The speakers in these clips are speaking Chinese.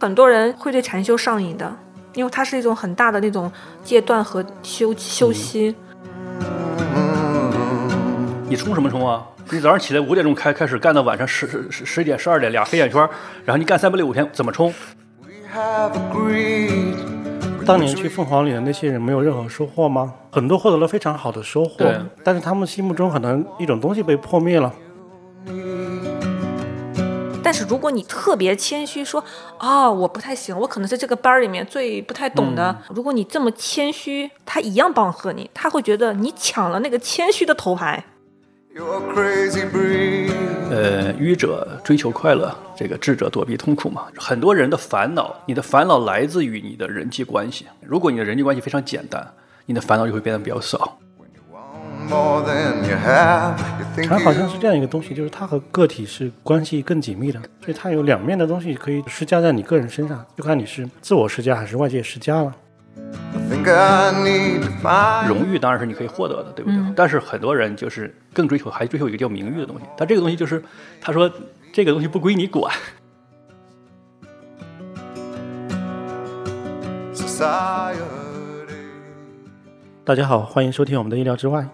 很多人会对禅修上瘾的，因为它是一种很大的那种戒断和休休息。你冲什么冲啊？你早上起来五点钟开开始干到晚上十十十十一点十二点俩黑眼圈儿，然后你干三百六五天怎么冲？当年去凤凰岭的那些人没有任何收获吗？很多获得了非常好的收获对，但是他们心目中可能一种东西被破灭了。但是如果你特别谦虚说啊、我不太行，我可能是这个班儿里面最不太懂的。如果你这么谦虚，他一样帮和你，他会觉得你抢了那个谦虚的头牌。 Your crazy breeze. 呃，愚者追求快乐，这个智者躲避痛苦嘛。很多人的烦恼，你的烦恼来自于你的人际关系。如果你的人际关系非常简单，你的烦恼就会变得比较少。 When you want more than you have, you think 禅好像 you 是这样一个东西，就是它和个体是关系更紧密的，所以它有两面的东西可以施加在你个人身上，就看你是自我施加还是外界施加了。 think I need to find. 荣誉当然是你可以获得的，对不对？但是很多人就是更追求，还追求一个叫名誉的东西。但这个东西就是，他说这个东西不归你管。 society. 大家好，欢迎收听我们的意料之外。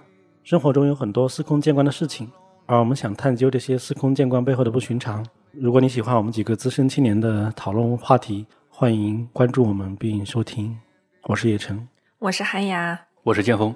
生活中有很多司空见惯的事情，而我们想探究这些司空见惯背后的不寻常。如果你喜欢我们几个资深青年的讨论话题，欢迎关注我们并收听。我是叶晨。我是韩牙，我是剑锋，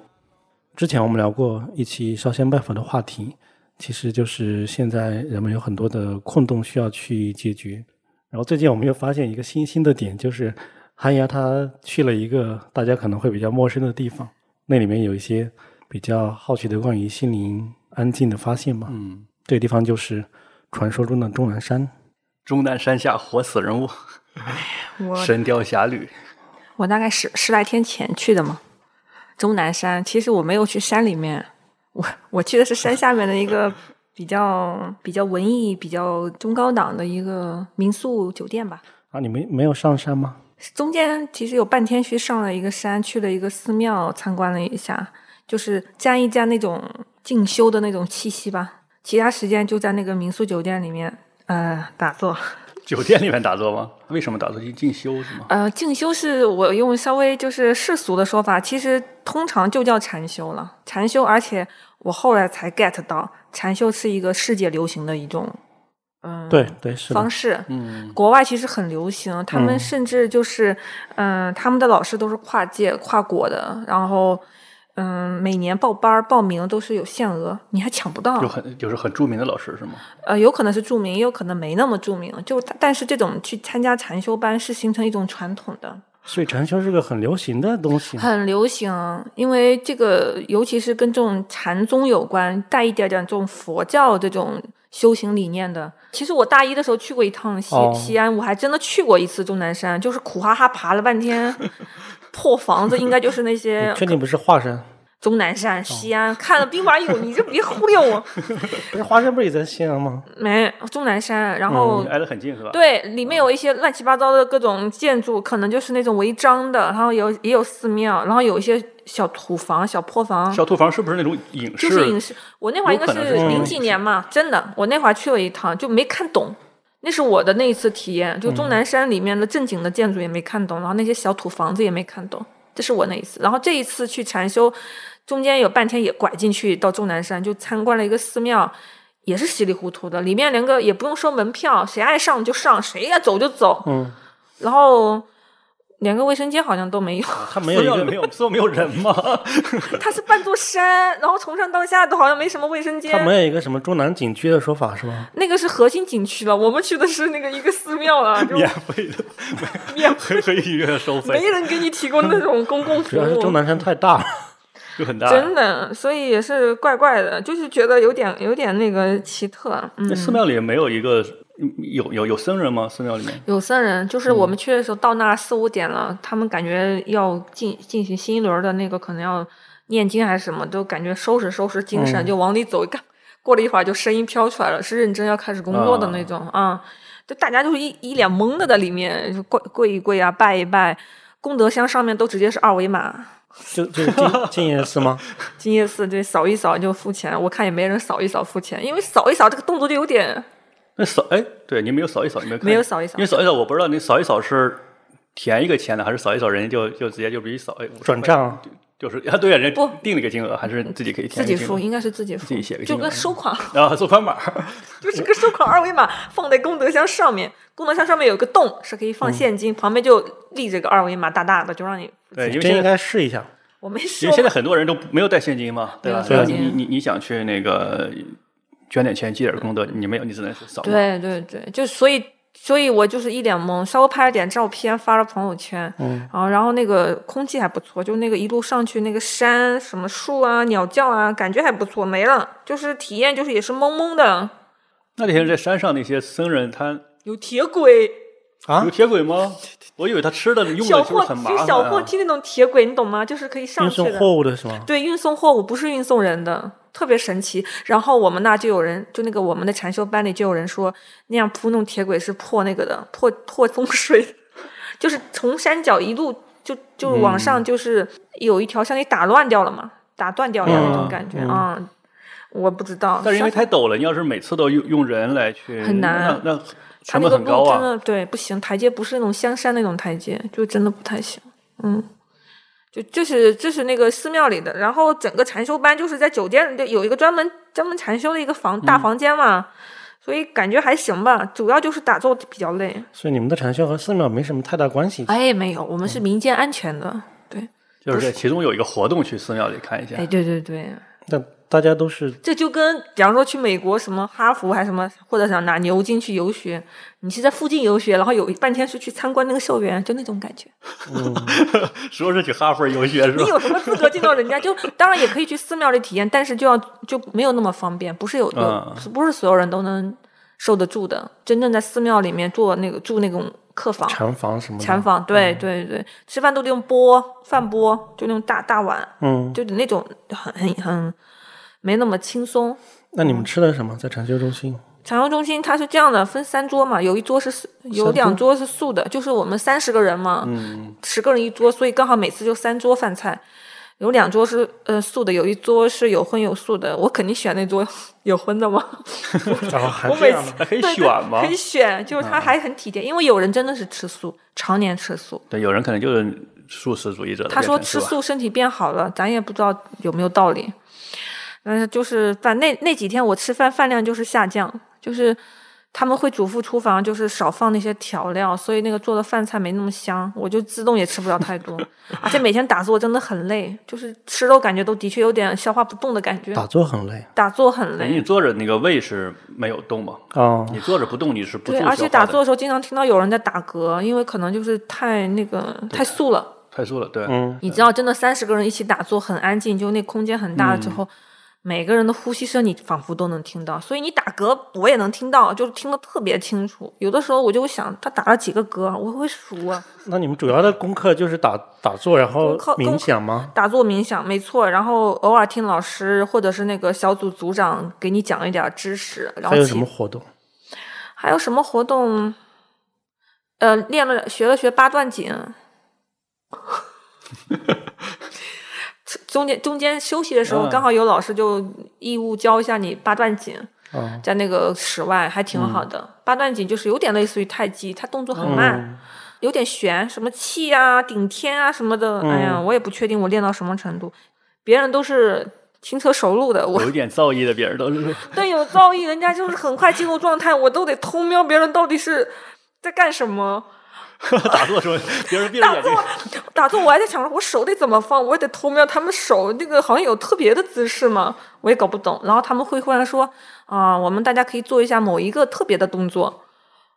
之前我们聊过一期烧香拜佛的话题，其实就是现在人们有很多的空洞需要去解决。然后最近我们又发现一个新兴的点，就是韩牙他去了一个大家可能会比较陌生的地方，那里面有一些比较好奇的关于心灵安静的发现嘛。嗯，这个地方就是传说中的终南山。终南山下活死人物，我神雕侠侣。我大概十十来天前去的嘛，终南山。其实我没有去山里面，我我去的是山下面的一个比较比较文艺、比较中高档的一个民宿酒店吧。啊，你没没有上山吗？中间其实有半天去上了一个山，去了一个寺庙参观了一下，就是沾一沾那种进修的那种气息吧。其他时间就在那个民宿酒店里面，呃，打坐。酒店里面打坐吗？为什么打坐？进进修是吗？呃，静修是我用稍微就是世俗的说法，其实通常就叫禅修了。禅修，而且我后来才 get 到，禅修是一个世界流行的一种，嗯，对对是的方，式。嗯，国外其实很流行，他们甚至就是，嗯、他们的老师都是跨界、跨国的，然后，嗯、每年报班儿报名都是有限额，你还抢不到就。很就是很著名的老师是吗？呃，有可能是著名，也有可能没那么著名。就但是这种去参加禅修班是形成一种传统的，所以禅修是个很流行的东西。很流行，因为这个尤其是跟这种禅宗有关，带一点点这种佛教这种修行理念的。其实我大一的时候去过一趟西、哦西安，我还真的去过一次终南山，就是苦哈哈爬了半 天，破房子应该就是那些你哦确定不是华山？终南山、西安，看了兵马俑，你就别忽悠 我。不是华山不是也在西安吗？没终南山，然后、嗯哎你挨得很近是吧？嗯对，里面有一些乱七八糟的各种建筑，可能就是那种违章的，然后有也有寺庙，然后有一些小土房、小破房，小土房是不是那种影视？就是影视。我那会儿应有该可能是零影几视年嘛，真的，我那会儿去了一趟就没看懂。那是我的那一次体验，就终南山里面的正经的建筑也没看懂，然后那些小土房子也没看懂，这是我那一次。然后这一次去禅修，中间有半天也拐进去到终南山，就参观了一个寺庙，也是稀里糊涂的，里面连个也不用收门票，谁爱上就上，谁爱走就走，嗯，然后连个卫生间好像都没有。 它没有一寺个庙里没有，寺庙没有人吗？它是半座山，然后从上到下都好像没什么卫生间。它没有一个什么中南景区的说法是吧？那个是核心景区了，我们去的是那个一个寺庙 了，就免费的， 免费可以月收没费，人给你提供那种公共服 主要是终务，南山太大了，就很大。真的，所以也是怪怪的，就是觉得有点有点那个奇特。嗯，那哎寺庙里没有一个嗯有有有僧人吗？寺庙里面有僧人，就是我嗯们去的时候到那儿四五点了，他们感觉要进进行新一轮的那个，可能要念经还是什么，都感觉收拾收拾精神，嗯就往里走一看。过了一会儿，就声音飘出来了，是认真要开始工作的那种啊、就大家就是一一脸懵的在里面，就跪跪一跪啊，拜一拜。功德箱上面都直接是二维码，就就是静静夜 寺吗？金夜寺这扫一扫就付钱，我看也没人扫一扫付钱，因为扫一扫这个动作就有点那扫哎，对你没有扫一扫，你没有看没有扫一扫因为扫一扫我不知道你扫一扫是填一个钱呢，还是扫一扫人家就就直接就比如一扫哎转，账50就是啊对啊，人家不定了一个金额，还是自己可以自填一己个金付额应该是自己付，自己写个金就额跟收款，啊，做款码就是个收款二维码放在功德箱上面，功德箱上面有个洞是可以嗯放现金，旁边就立着个二维码，大大的就让你付 对，钱。因为真现应在该试一下。我没因说为现在很多人都没有带现金嘛，对吧？没所有以现你金你你你想去那个捐点钱积点功德，你没有，你只能去扫码。对对对，就所以所以我就是一脸懵，稍微拍了点照片发了朋友圈，嗯，然后然后那个空气还不错，就那个一路上去那个山什么树啊鸟叫啊，感觉还不错，没了，就是体验就是也是懵懵的，那那些人在山上那些僧人，他有铁轨，啊有铁轨吗？我以为他吃的用小的就是货很麻就是烦、小货啊。梯那种铁轨，你懂吗？就是可以上运去送的。货物的是吗？对，运送货物不是运送人的，特别神奇。然后我们那就有人，就那个我们的禅修班里就有人说，那样铺弄铁轨是破那个的，破破风水的，就是从山脚一路就就嗯往上，就是有一条像你打乱掉了嘛，打断掉了那种嗯感觉嗯啊、我不知道，但是因为上太陡了，你要是每次都用用人来去，很难那那它成那本个很路高真啊。的对不行，台阶不是那种香山那种台阶，就真的不太行。嗯，就就是就是那个寺庙里的，然后整个禅修班就是在酒店里就有一个专门专门禅修的一个房大房间嘛，所以感觉还行吧。主要就是打坐比较累。所以你们的禅修和寺庙没什么太大关系。哎，没有，我们是民间安全的。对，就是在其中有一个活动，去寺庙里看一下。哎，对对对，但大家都是这就跟比方说去美国什么哈佛还什么，或者想拿牛津去游学，你是在附近游学，然后有一半天是去参观那个校园，就那种感觉。说是去哈佛游学是吧你？有什么资格进到人家？就当然也可以去寺庙里体验，但是就要就没有那么方便，不是有有嗯不是所有人都能受得住的。真正在寺庙里面做那个住那种客房、禅房什么的。禅，房，对对对，吃饭都得用钵饭钵，就那种大大碗，嗯，就得那种很很很没那么轻松。那你们吃的什么？在禅修 中心？禅修中心它是这样的，分三桌嘛，有一桌是素，有两桌是素的，就是我们三十个人嘛，嗯十个人一桌，所以刚好每次就三桌饭菜，有两桌是呃素的，有一桌是有荤有素的，我肯定选那桌有荤的嘛，啊，还我这每样次还可以对选对 吗嗯可？以选，就是它还很体贴，因为有人真的是吃素，常年吃素，对，有人可能就是素食主义者的他变成。说吃是吧素身体变好了，咱也不知道有没有道理。但是就是反那那几天我吃饭饭量就是下降，就是他们会嘱咐厨房就是少放那些调料，所以那个做的饭菜没那么香，我就自动也吃不了太多，而且每天打坐真的很累，就是吃都感觉都的确有点消化不动的感觉，打坐很累打坐很哎你累。坐着那个胃是没有动嘛？哦，嗯你坐着不动，你是不对，做而消且化打的坐的时候经常听到有人在打嗝，因为可能就是太那个太素了。太素了，对，嗯，你知道，真的三十个人一起打坐很安静，就那空间很大了嗯之后，每个人的呼吸声你仿佛都能听到，所以你打嗝我也能听到，就是听得特别清楚。有的时候我就想，他打了几个嗝，我会数啊。那你们主要的功课就是打打坐，然后功课冥想吗？打坐冥想没错，然后偶尔听老师或者是那个小组组长给你讲一点知识，然后还有其什么活动？还有什么活动？呃，练了学了学八段锦， 中间中间休息的时候，嗯刚好有老师就义务教一下你八段锦，啊，在那个室外还挺好的。八段锦就是有点类似于太极，它动作很慢，嗯，有点悬，什么气啊、顶天啊什么的。哎呀，嗯我也不确定我练到什么程度，别人都是轻车熟路的，我有一点造诣的别人都 是。但有造诣，人家就是很快进入状态，我都得偷瞄别人到底是在干什么。打坐时候，别人闭着打眼睛坐，打坐，我还在想着我手得怎么放，我也得偷瞄他们手那个好像有特别的姿势嘛，我也搞不懂。然后他们会忽然说啊、我们大家可以做一下某一个特别的动作。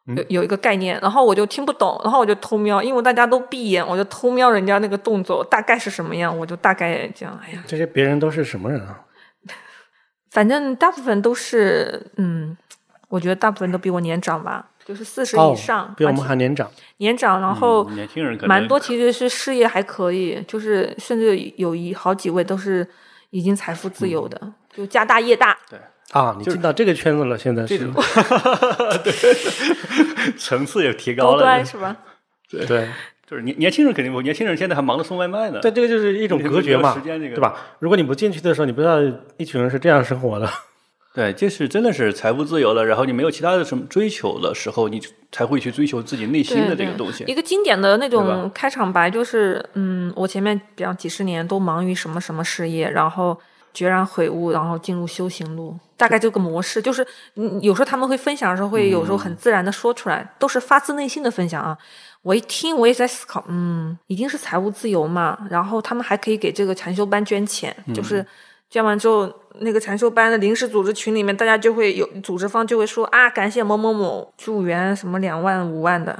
嗯有有一个概念，然后我就听不懂，然后我就偷瞄，因为大家都闭眼，我就偷瞄人家那个动作大概是什么样，我就大概这样。哎呀，这些别人都是什么人啊？反正大部分都是，嗯，我觉得大部分都比我年长吧，就是四十哦以上，比我们而且还年长。年长， 然后嗯年轻人可能蛮 多，其实是事业还可以，就是甚至有一好几位都是已经财富自嗯由的，就家大业大。啊，你就是进到这个圈子了，现在这是种，对， 层次也提高高端了，是吧？对就是年年轻人肯定不，年轻人现在还忙着送外卖 呢。对，这个就是一种你隔绝嘛，你这个时间这个对吧？如果你不进去的时候，你不知道一群人是这样生活的，对，就是真的是财务自由了，然后你没有其他的什么追求的时候，你才会去追求自己内心的这个东西。一个经典的那对吧种开场白就是，嗯，我前面比方几十年都忙于什么什么事业，然后决然悔悟，然后进入修行路，大概这个模式就是，嗯，有时候他们会分享的时候，会有时候嗯很自然的说出来，都是发自内心的分享啊。我一听，我也在思考，嗯，一定是财务自由嘛，然后他们还可以给这个禅修班捐钱，嗯就是。捐完之后，那个禅修班的临时组织群里面，大家就会有组织方就会说啊，感谢某某某助援什么两万五万 的，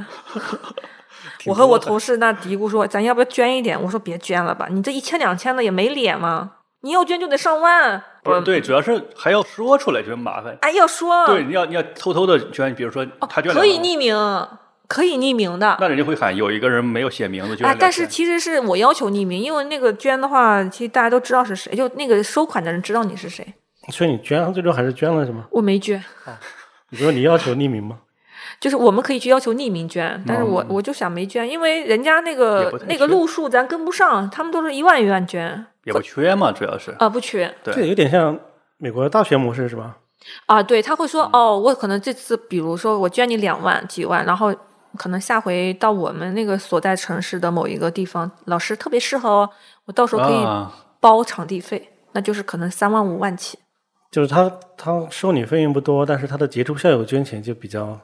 我和我同事那嘀咕说：“咱要不要捐一点？”我说：“别捐了吧，你这一千两千的也没脸嘛，你要捐就得上万。不是对，主要是还要说出来就麻烦”。哎，要说对，你要你要偷偷的捐，比如说他捐哦了，可以匿名，可以匿名的。那人家会喊有一个人没有写名字捐了哎两千。，但是其实是我要求匿名，因为那个捐的话，其实大家都知道是谁，就那个收款的人知道你是谁。所以你捐了，最终还是捐了是吗？我没捐，你说你要求匿名吗？就是我们可以去要求匿名捐，但是我、我就想没捐，因为人家那嗯也不个太那个缺路数咱跟不上，他们都是一万一万捐啊、也不缺嘛，主要是不缺。对这有点像美国的大学模式是吧？啊，对，他会说嗯哦，我可能这次，比如说我捐你两万、几万，然后可能下回到我们那个所在城市的某一个地方，老师特别适合哦，我到时候可以啊，包场地费，那就是可能三万、五万起。就是他他收你费用不多，但是他的杰出校友捐钱就比较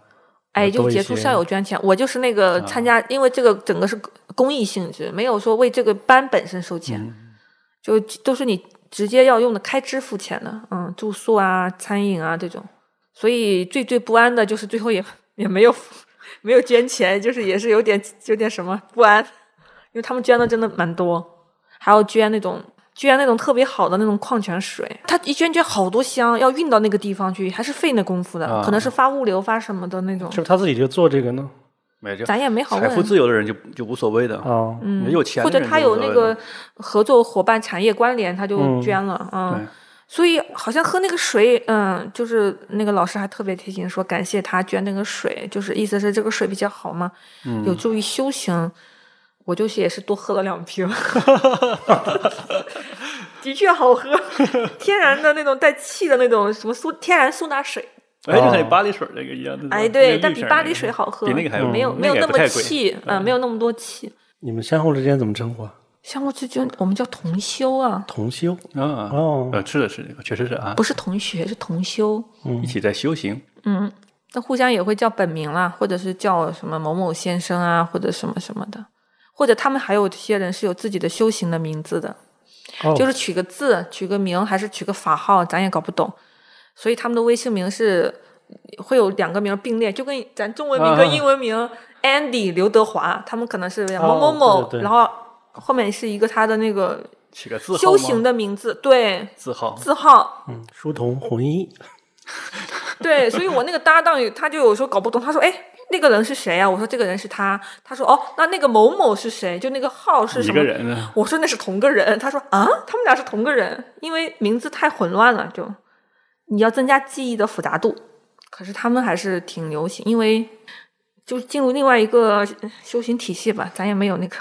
哎，多就一杰出些啊校友捐钱，我就是那个参加，因为这个整个是公益性质，没有说为这个班本身收钱，嗯就都是你直接要用的开支付钱的，嗯，住宿啊、餐饮啊这种。所以最最不安的就是最后也也没有没有捐钱，就是也是有点有点什么不安，因为他们捐的真的蛮多，还要捐那种。捐那种特别好的那种矿泉水，他一捐捐好多箱，要运到那个地方去，还是费那功夫的，啊可能是发物流发什么的那种。是不是他自己就做这个呢？没这咱也没好财富问，自由的人就就无所谓的，哦，嗯你有钱或的者人他就无有所那谓个的合作伙伴产业关联，他就捐了嗯对所以好像喝那个水，嗯，就是那个老师还特别提醒说，感谢他捐那个水，就是意思是这个水比较好嘛，嗯有助于修行。我就是也是多喝了两 瓶，的确好喝，天然的那种带气的那种什么苏天然苏打水，哎，就哦像你巴黎水那个一样。对吧哎对，嗯那个但绿比色巴那黎个水好喝，比那个还嗯没有那没有个也那不么太贵气，嗯，没有那么多气。你们相互之间怎么称呼啊？相互之间，我们叫同修啊，同修啊，哦，呃，是的，是的，确实是啊，不是同学，是同修。一起在修行。那互相也会叫本名啦，或者是叫什么某某先生啊，或者什么什么的，或者他们还有些人是有自己的修行的名字的，哦就是取个字、取个名，还是取个法号，咱也搞不懂。所以他们的微信名是会有两个名并列，就跟咱中文名啊跟英文名、Andy 刘德华，他们可能是某某某，对对对然后后面是一个他的那个起个字号修吗行的名字，对字号，字号。嗯，书童红衣，对，所以我那个搭档他就有时候搞不懂，他说：“哎，那个人是谁啊？”我说：“这个人是他。”他说：“哦，那那个某某是谁？就那个号是一什个么？”人呢？我说：“那是同个人。”他说：“啊，他们俩是同个人，因为名字太混乱了，就你要增加记忆的复杂度。可是他们还是挺流行，因为就进入另外一个呃修行体系吧，咱也没有那个，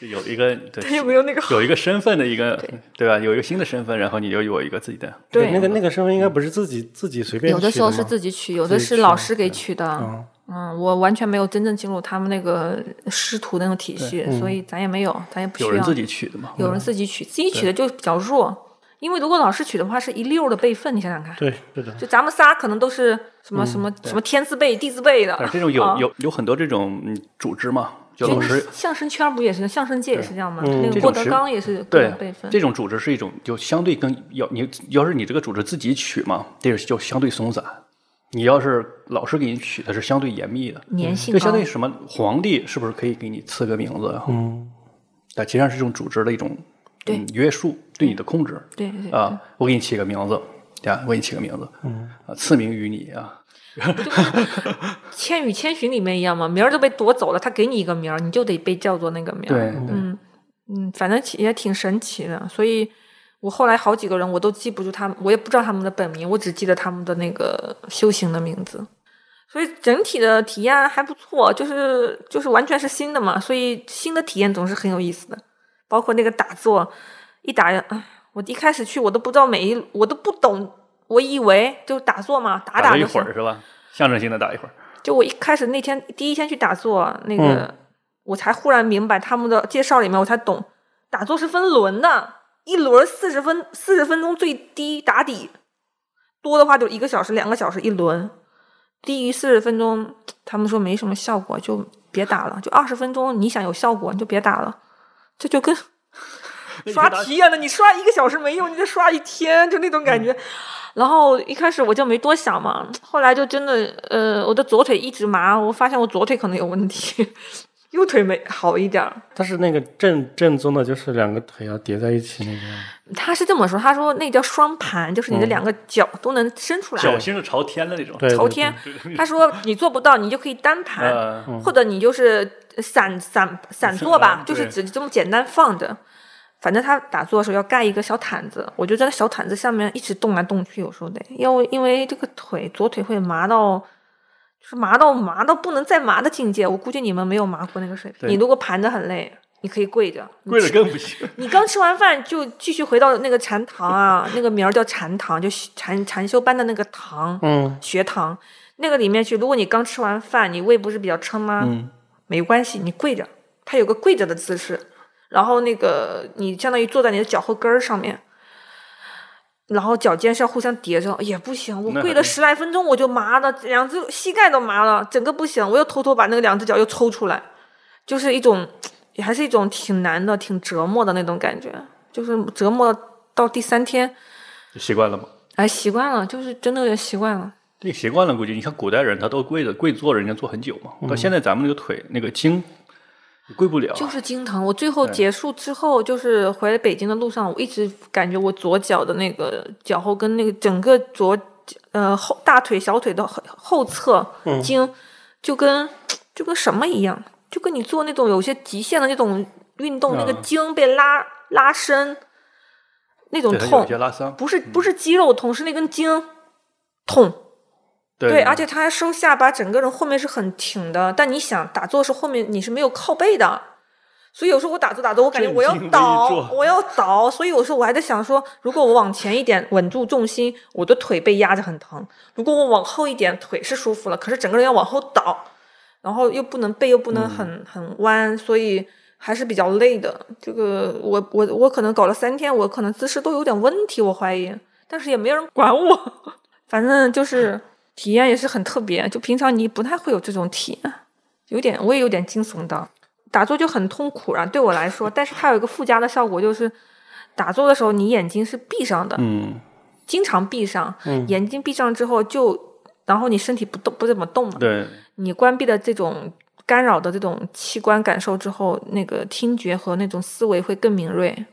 有一个对，也没有那个有一个身份的一个对对吧？有一个新的身份，然后你就有一个自己的。对。那个那个身份应该不是自己自己随便有的取时候是吗自己取，有的自己是取老的师给取的。嗯嗯，我完全没有真正进入他们那个师徒的那种体系，嗯所以咱也没有，咱也不需要。有人自己取的嘛？有人自己取，自己取的就比较弱，因为如果老师取的话，是一溜儿的辈分，你想想看，对，是的，就咱们仨可能都是什嗯么什么什么天字辈、地字辈的但。是这种有啊有有很多这种嗯组织嘛，就就老师相声圈不也是，相声界也是这样吗？那嗯个这种郭德是纲也是各对种辈分。这种组织是一种就相对更要你要是你这个组织自己取嘛，这个就相对松散。你要是老师给你取的是相对严密的，粘性就相高当于什么皇帝是不是可以给你赐个名字？啊嗯，但其实上是一种组织的一种对嗯、约束，对你的控制。对对，啊，我给你起个名字，对吧？我给你起个名字，嗯，啊，赐名于你啊， 《千与千寻》里面一样嘛，名儿都被夺走了，他给你一个名儿，你就得被叫做那个名儿。对，嗯嗯，反正其也挺神奇的，所以我后来好几个人我都记不住他们，我也不知道他们的本名，我只记得他们的那个修行的名字。所以整体的体验还不错，就是就是完全是新的嘛，所以新的体验总是很有意思的。包括那个打坐，一打，哎，我一开始去我都不知道每一，我都不懂我以为就打坐嘛，打打了一就会行。儿是吧？象征性的打一会儿，就我一开始那天第一天去打坐，那个、嗯我才忽然明白他们的介绍里面，我才懂打坐是分轮的，一轮四十分四十分钟最低打底，多的话就一个小时两个小时一轮，低于四十分钟他们说没什么效果，就别打了。就二十分钟你想有效果你就别打了，这就跟刷题一样的，你刷一个小时没用，你再刷一天，就那种感觉。然后一开始我就没多想嘛，后来就真的，呃，我的左腿一直麻，我发现我左腿可能有问题， 右腿没好一点儿。但是那个正正宗的就是两个腿要叠在一起那个样子。他是这么说，他说那叫双盘，就是你的嗯两个脚都能伸出来，脚心是朝天的那种。对朝天。他说你做不到，你就可以单盘，呃，或者你就是散散散坐吧，就是只这么简单放着。反正他打坐的时候要盖一个小毯子，我就在小毯子下面一直动来动去，有时候得，因为因为这个腿左腿会麻到，就是麻到麻到不能再麻的境界。我估计你们没有麻过那个水平。对你如果盘着很累，你可以跪着，你跪着更不行。你刚吃完饭就继续回到那个禅堂啊，那个名儿叫禅堂，就禅禅修班的那个堂，嗯，学堂那个里面去。如果你刚吃完饭，你胃不是比较撑吗？ 嗯，没关系，你跪着，它有个跪着的姿势，然后那个你相当于坐在你的脚后跟儿上面。然后脚尖是要互相叠着，也不行。我那跪很了十来分钟，我就麻了，两只膝盖都麻了，整个不行。我又偷偷把那个两只脚又抽出来，就是一种，也还是一种挺难的、挺折磨的那种感觉，就是折磨到第三天，习惯了吗？哎，习惯了，就是真的有点习惯了。这个习惯了，估计你看古代人他都跪着跪坐着，人家坐很久嘛。到现在咱们那个腿那个筋跪不了，就是经疼。我最后结束之后，就是回来北京的路上，我一直感觉我左脚的那个脚后跟那个整个左呃后大腿、小腿的后后侧嗯筋，就跟就跟什么一样，就跟你做那种有些极限的那种运动，那个嗯筋被拉拉伸，那种对它有痛一，些嗯拉伤。不是不是肌肉痛，是那根筋痛。对对，而且他收下巴，整个人后面是很挺的。但你想打坐的时候，后面你是没有靠背的，所以有时候我打坐打坐，我感觉正我要襟危倒坐，我要倒，所以有时候我还在想说，如果我往前一点稳住重心，我的腿被压着很疼；如果我往后一点，腿是舒服了，可是整个人要往后倒，然后又不能背又不嗯能很、很弯，所以还是比较累的。这个我我我可能搞了三天，我可能姿势都有点问题，我怀疑，但是也没人管我。反正就是体验也是很特别，就平常你不太会有这种体验，有点我也有点惊悚的。打坐就很痛苦啊，对我来说，但是它有一个附加的效果，就是打坐的时候你眼睛是闭上的，嗯，经常闭上，嗯眼睛闭上之后就，然后你身体不动不怎么动嘛，对，你关闭了这种干扰的这种器官感受之后，那个听觉和那种思维会更敏锐，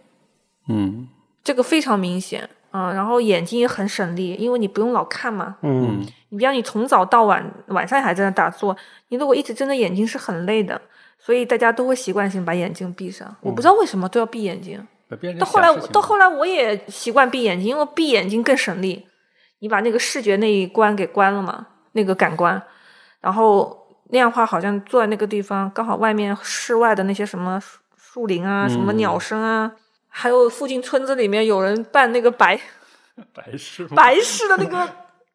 嗯这个非常明显啊、然后眼睛也很省力，因为你不用老看嘛，嗯，嗯，你比方你从早到晚，晚上还在那打坐，你如果一直睁着眼睛是很累的，所以大家都会习惯性把眼睛闭上。我不知道为什么都要闭眼睛，变成到后来嗯小我事情到了后来我也习惯闭眼睛，因为闭眼睛更省力，你把那个视觉那一关给关了嘛，那个感官，然后那样的话好像坐在那个地方，刚好外面室外的那些什么树树林啊，什么嗯鸟声啊，还有附近村子里面有人办那个白白痴 吗，白氏的那个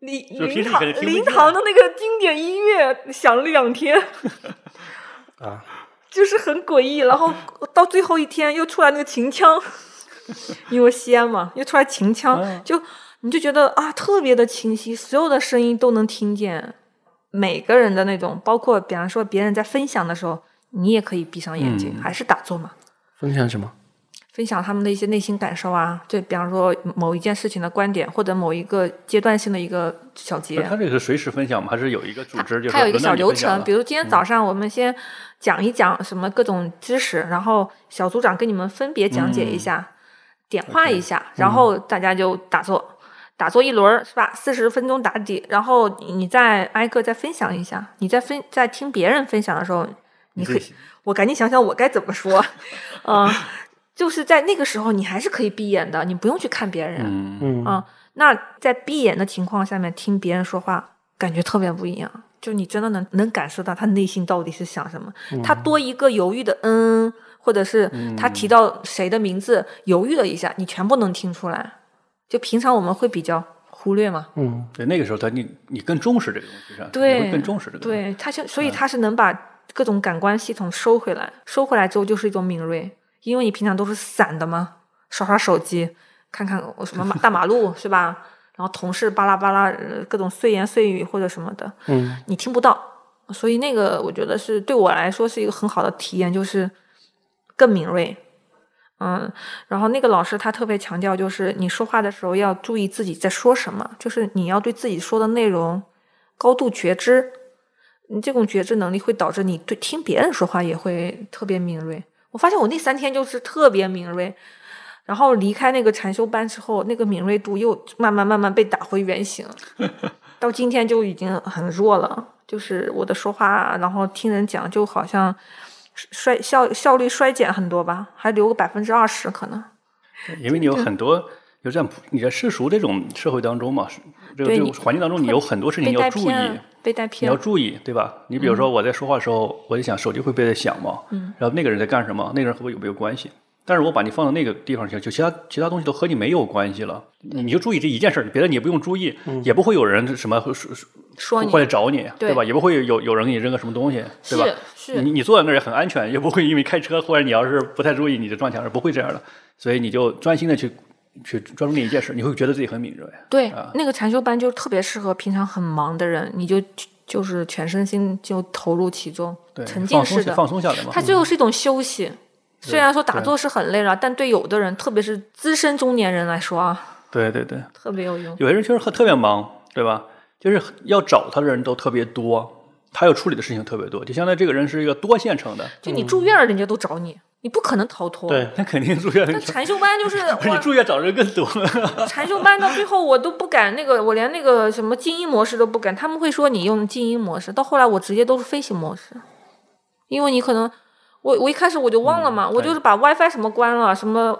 灵就平灵时堂可能听不灵见堂的那个经典音乐响了两天，啊，就是很诡异。然后到最后一天又出来那个秦腔，因为西安嘛，又出来秦腔，就你就觉得啊特别的清晰，所有的声音都能听见，每个人的那种，包括比方说别人在分享的时候，你也可以闭上眼睛，嗯还是打坐嘛。分享什么？分享他们的一些内心感受啊，就比方说某一件事情的观点，或者某一个阶段性的一个小结。不是他这个是随时分享吗？还是有一个组织？就是它有一个轮小到你流分享程，了嗯比如今天早上我们先讲一讲什么各种知识，然后小组长跟你们分别讲嗯解一下，点化一下，然后大家就打坐，打坐一轮儿是吧？四十分钟打底，然后你再挨个再分享一下，你在分在听别人分享的时候，你可自以己我赶紧想想我该怎么说，嗯、就是在那个时候你还是可以闭眼的，你不用去看别人，嗯，嗯啊，那在闭眼的情况下面听别人说话，感觉特别不一样。就你真的能能感受到他内心到底是想什么。他多一个犹豫的嗯，或者是他提到谁的名字犹豫了一下，你全部能听出来。就平常我们会比较忽略嘛。嗯，对，那个时候他你你更重视这个东西上，对你会更重视这个东西。嗯对，他是，所以他是能把各种感官系统收回来，收回来之后就是一种敏锐，因为你平常都是散的嘛，刷刷手机，看看什 么马大马路是吧？然后同事巴拉巴拉呃各种碎言碎语或者什么的，嗯，你听不到，所以那个我觉得是对我来说是一个很好的体验，就是更敏锐。嗯，然后那个老师他特别强调，就是你说话的时候要注意自己在说什么，就是你要对自己说的内容高度觉知。你这种觉知能力会导致你对听别人说话也会特别敏锐。我发现我那三天就是特别敏锐，然后离开那个禅修班之后，那个敏锐度又慢慢慢慢被打回原形，到今天就已经很弱了。就是我的说话，然后听人讲，就好像衰效效率衰减很多吧，还留个百分之二十可能。因为你有很多，就这样，你在世俗这种社会当中嘛，是这个对这你个环境当中，你有很多事情被要带注意偏，啊了，被带你偏要了。注意，对吧？你比如说嗯我在说话的时候，我就想手机会不会在响嘛，嗯，然后那个人在干什么，那个人和我有没有关系？但是我把你放到那个地方去，就其他其他东西都和你没有关系了，你就注意这一件事儿，别的你也不用注意，也不会有人什么会说说你会来找你，对吧？也不会有有人给你扔个什么东西，对吧？是是你你坐在那儿也很安全，也不会因为开车或者你要是不太注意你就撞墙，不会这样的。所以你就专心的去去专注那一件事，你会觉得自己很敏锐。对，啊那个禅修班就特别适合平常很忙的人，你就就是全身心就投入其中对，，沉浸放松式下的。放松下嗯来嘛。它最后是一种休息，虽然说打坐是很累了，但对有的人，特别是资深中年人来说啊，对对对，特别有用。有些人确实特别忙，对吧？就是要找他的人都特别多，他要处理的事情特别多，就相当于这个人是一个多线程的，就你住院了，人家都找你，你不可能逃脱。对，那肯定住院 那禅修班就是你我住院找人更多。禅修班到最后我都不敢那个，我连那个什么静音模式都不敢。他们会说你用静音模式，到后来我直接都是飞行模式，因为你可能我我一开始我就忘了嘛，我就是把 WiFi 什么关了，什么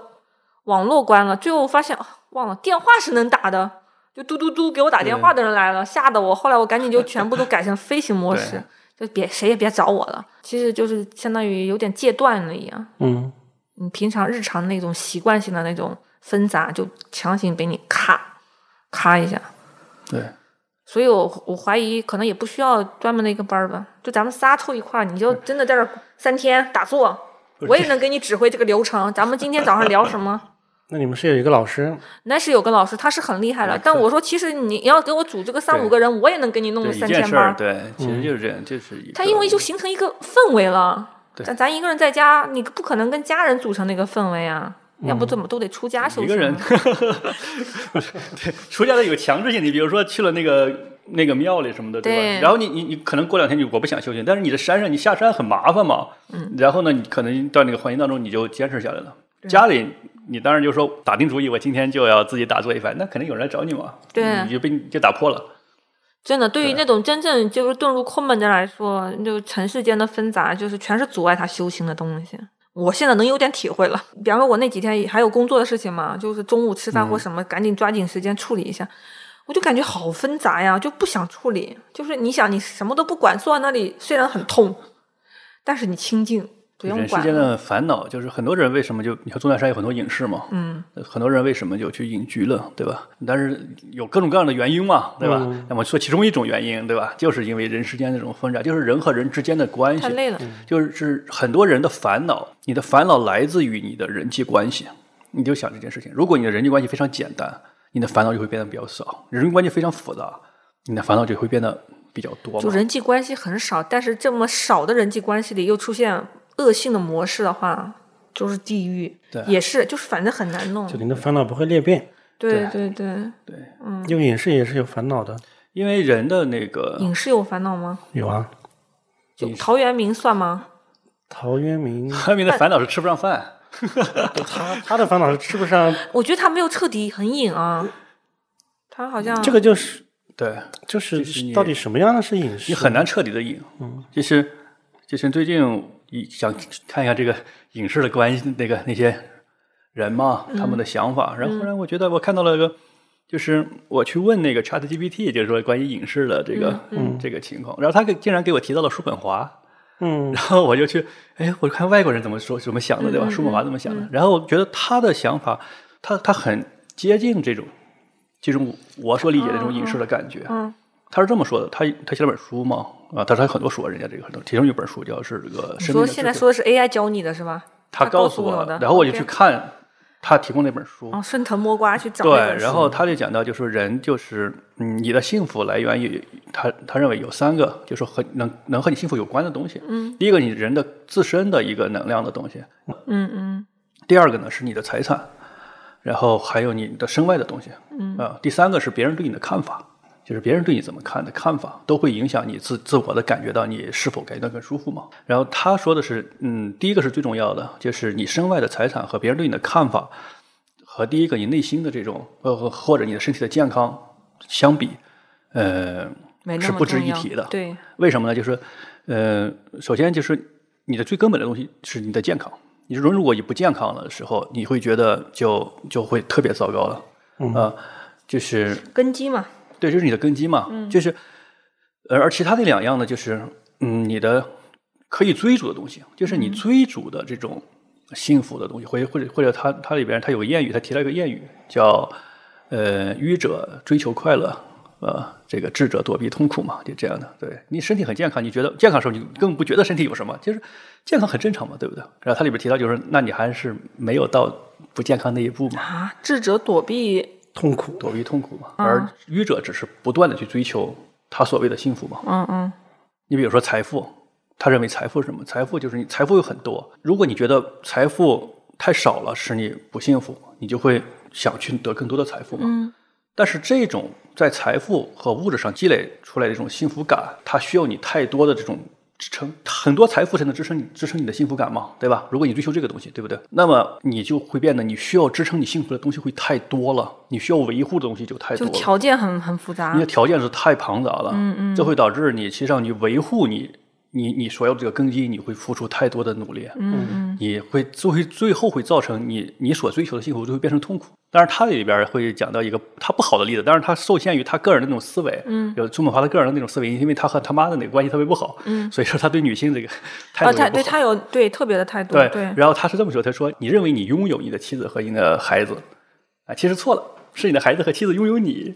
网络关了，最后我发现、啊忘了电话是能打的，就嘟嘟嘟给我打电话的人来了，吓得我。后来我赶紧就全部都改成飞行模式对，就别谁也别找我了。其实就是相当于有点戒断了一样。嗯，你平常日常那种习惯性的那种纷杂，就强行给你咔咔一下。对，嗯所以我我怀疑可能也不需要专门的一个班儿吧，就咱们仨凑一块儿，你就真的在这儿三天打坐，我也能给你指挥这个流程。咱们今天早上聊什么？那你们是有一个老师，那是有个老师，他是很厉害了，但我说其实你要给我组这个三对五个人，我也能给你弄 对个一三件千事班儿，儿。对，其实就是这样，就是一个他因为就形成一个氛围了，对咱咱一个人在家，你不可能跟家人组成那个氛围啊，要不怎么都得出家修行嗯啊。一个人， 对，出家的有强制性，你比如说去了那个。那个庙里什么的，对吧？对然后你你你可能过两天你我不想修行，但是你在山上你下山很麻烦嘛，嗯，然后呢，你可能到那个环境当中你就坚持下来了。家里你当然就说打定主意，我今天就要自己打坐一番，那肯定有人来找你嘛，对你就被你就打破了。真的，对于那种真正就是遁入空门的来说，就尘世间的纷杂，就是全是阻碍他修行的东西。我现在能有点体会了。比方说，我那几天还有工作的事情嘛，就是中午吃饭嗯或什么，赶紧抓紧时间处理一下。我就感觉好纷杂呀，就不想处理。就是你想，你什么都不管，坐在那里虽然很痛，但是你清静，不用人世管间了。的烦恼，就是很多人为什么就你看钟南山有很多隐士嘛，呃嗯，很多人为什么就去隐居了，对吧？但是有各种各样的原因嘛，对吧？那么说其中一种原因，对吧？就是因为人世间那种纷杂，就是人和人之间的关系太，累了，就是很多人的烦恼，你的烦恼来自于你的人际关系。你就想这件事情，如果你的人际关系非常简单，你的烦恼就会变得比较少；人际关系非常复杂，你的烦恼就会变得比较多就嘛。人际关系很少，但是这么少的人际关系里又出现恶性的模式的话，就是地狱，对也是，就是反正很难弄就。您的烦恼不会裂变，啊对对对，嗯嗯因为隐士也是有烦恼的，因为人的那个 影视有烦恼吗？有啊。就陶渊明算吗？陶渊明人民的烦恼是吃不上饭。他 他的烦恼是啊吃 不上，我觉得他没有彻底很隐啊，嗯他好像这个就是对就就是你是到底什么样的是隐士？你很难彻底的隐。嗯，就是就是最近一想看一下这个影视的关系，那个那些人嘛，他们的想法。然后忽然我觉得我看到了一个，就是我去问那个 Chat GPT，就是说关于影视的这个、这个情况，然后他给竟然给我提到了叔本华。嗯然后我就去，哎，我看外国人怎么说怎么想的，嗯对吧？叔本华怎么想的？然后我觉得他的想法，他他很接近这种这种我所理解的这种影视的感觉。嗯他是这么说的，他他写了本书嘛，啊，他说他很多书啊，人家这个很多，其中有本书叫是这个你生命说的现在智慧说的是 AI 教你的是吧？他他告告诉诉我我的然后我就去 OK 看他提供那本书。哦，顺藤摸瓜去找那对本，然书后他就讲到，就是人就是，嗯，你的幸福来源于他他认为有三个，就是和能能和你幸福有关的东西。嗯，第一个你人的自身的一个能量的东西，嗯嗯第二个呢是你的财产，然后还有你的身外的东西，嗯啊、第三个是别人对你的看法，就是别人对你怎么看的看法，都会影响你自自我的感觉到你是否感觉到更舒服嘛。然后他说的是，嗯，第一个是最重要的，就是你身外的财产和别人对你的看法，和第一个你内心的这种呃和或者你的身体的健康相比，呃，没那是么不值重一要提的。对，为什么呢？就是，呃，首先就是你的最根本的东西是你的健康。你人如果你不健康了的时候，你会觉得就就会特别糟糕了，嗯、呃，就是根基嘛，对，这是你的根基嘛，就是，呃，而其他的两样呢，就是嗯，你的可以追逐的东西，就是你追逐的这种幸福的东西，或者或者或者它它里边它有个谚语，它提了一个谚语叫呃，愚者追求快乐。呃，这个智者躲避痛苦嘛，就这样的。对你身体很健康，你觉得健康的时候，你更不觉得身体有什么，就是健康很正常嘛，对不对？然后它里边提到就是，那你还是没有到不健康那一步嘛。啊，智者躲避，痛苦，躲避痛苦嘛，而愚者只是不断的去追求他所谓的幸福嘛。嗯嗯，你比如说财富，他认为财富是什么？财富就是你财富有很多，如果你觉得财富太少了使你不幸福，你就会想去得更多的财富嘛。嗯但是这种在财富和物质上积累出来的这种幸福感，它需要你太多的这种支撑，很多财富才能支撑你支撑你的幸福感嘛，对吧？如果你追求这个东西，对不对？那么你就会变得你需要支撑你幸福的东西会太多了，你需要维护的东西就太多就了，条件很很复杂你的，条件是太庞杂了，啊嗯嗯，这会导致你其实上你维护你你你所要的这个根基，你会付出太多的努力，嗯嗯，你会最会最后会造成你你所追求的幸福就会变成痛苦。当然，他里边会讲到一个他不好的例子，当然他受限于他个人的那种思维，嗯，有朱某华他个人的那种思维，因为他和他妈的那个关系特别不好，嗯，所以说他对女性这个态啊，度也他不对好。他有对特别的态度，对对，然后他是这么说，他说：“你认为你拥有你的妻子和你的孩子，啊，其实错了，是你的孩子和妻子拥有你。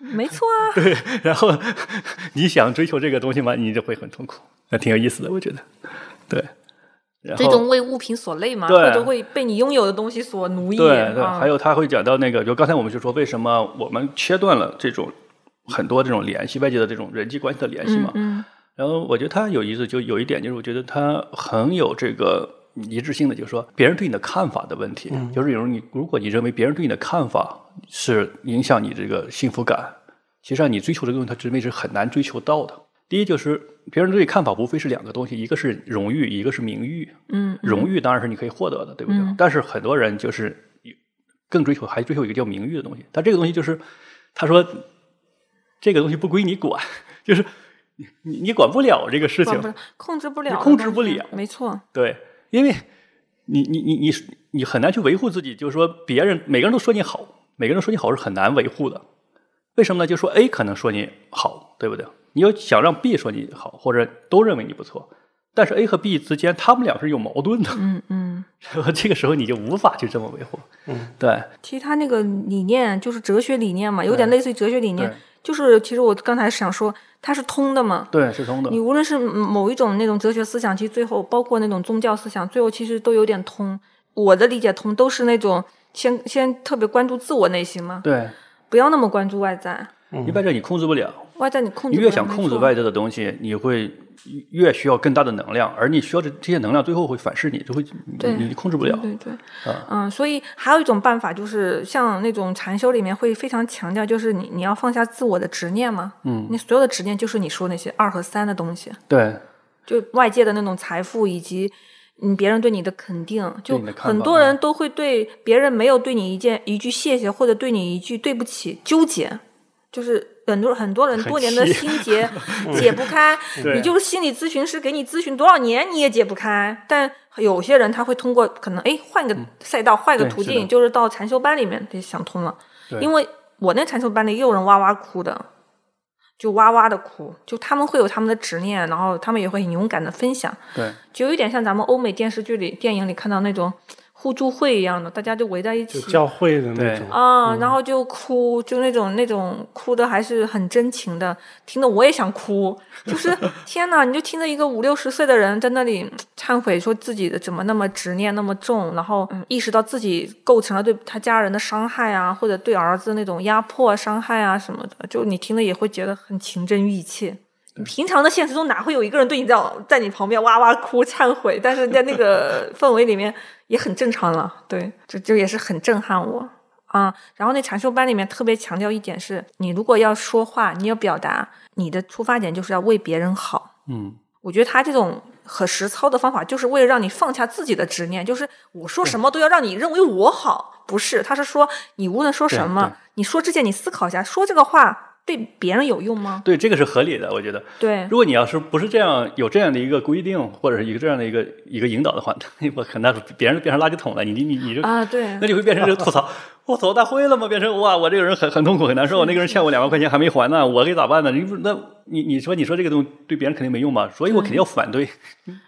没错啊， 然后你想追求这个东西吗？你就会很痛苦，那挺有意思的，我觉得。对，然最终后为物品所累嘛，对或者会被你拥有的东西所奴役，对对，啊还有他会讲到那个，就刚才我们就说为什么我们切断了这种很多这种联系外界的这种人际关系的联系嘛。嗯然后我觉得他有意思，就有一点就是我觉得他很有这个一致性的，就是说别人对你的看法的问题，就是有时候你如果你认为别人对你的看法是影响你这个幸福感，其实上你追求这个东西，它真的是很难追求到的。第一就是别人对你看法无非是两个东西，一个是荣誉，一个是名誉。嗯荣誉当然是你可以获得的，对不对？但是很多人就是更追求，还追求一个叫名誉的东西。但这个东西就是，他说这个东西不归你管， 就是你你你管不了这个事管不情了，，控制不了的东西，控制不了没错，对，因为你你你你你很难去维护自己，就是说别人每个人都说你好，每个人都说你好是很难维护的。为什么呢？就说 A 可能说你好，对不对？你要想让 B 说你好，或者都认为你不错，但是 A 和 B 之间他们俩是有矛盾的，嗯嗯。然后 这个时候你就无法去这么维护。嗯，对，其实他那个理念就是哲学理念嘛，有点类似于哲学理念对，就是其实我刚才想说，它是通的嘛。对，是通的你。无论是某一种那种哲学思想，其实最后包括那种宗教思想，最后其实都有点通。我的理解通都是那种先先特别关注自我内心嘛，对，不要那么关注外在，你外在你控制不了，外在你控你制不越了想没控制错外在的东西，你会越需要更大的能量，而你需要的这些能量最后会反噬你，就会对你你控制不了。对对对啊，嗯，所以还有一种办法就是，像那种禅修里面会非常强调，就是你你要放下自我的执念嘛，嗯，你所有的执念就是你说那些二和三的东西，对，就外界的那种财富以及。嗯，别人对你的肯定，就你的看很法多人都会对别人没有对你一件一句谢谢，或者对你一句对不起纠结，就是很多很多人很多年的气嗯心 结解不开，对你就是心理咨询师给你咨询多少年你也解不开。但有些人他会通过可能哎换嗯个赛道、换个对途是的径，就是到禅修班里面得想通了对。因为我那禅修班里也有人哇哇哭的，就哇哇的哭，就他们会有他们的执念，然后他们也会很勇敢的分享，对，就有一点像咱们欧美电视剧里、电影里看到那种。互助会一样的，大家就围在一就起。教会的那对种，啊，然后就哭，就那种那种哭的还是很真情的，听得我也想哭。就是 天呐，你就听着一个五六十岁的人在那里忏悔，说自己的怎么那么执念那么重，然后、嗯意识到自己构成了对他家人的伤害啊，或者对儿子那种压迫啊、伤害啊什么的，就你听了也会觉得很情真意切。你平常的现实中哪会有一个人对你这样在你旁边哇哇哭忏悔？但是在那个 氛围里面也很正常了，对，这就也是很震撼我。啊、然后那禅修班里面特别强调一点是，你如果要说话，你要表达，你的出发点就是要为别人好。嗯，我觉得他这种很实操的方法，就是为了让你放下自己的执念，就是我说什么都要让你认为我好，不是？他是说你无论说对什么对，你说之前你思考一下，说这个话对别人有用吗？对，这个是合理的，我觉得。对如果你要是不是这样有这样的一个规定，或者是一个这样的一个一个引导的话， 我可那别人变成垃圾桶了，你你你你就啊，对 那，就会变成这个吐槽，我吐槽大会了吗？变成哇，我这个人很很痛苦很难受，那个人欠我两万块钱还没还呢，我该咋办呢？你不那你你说你说这个东西对别人肯定没用嘛，所以我肯定要反对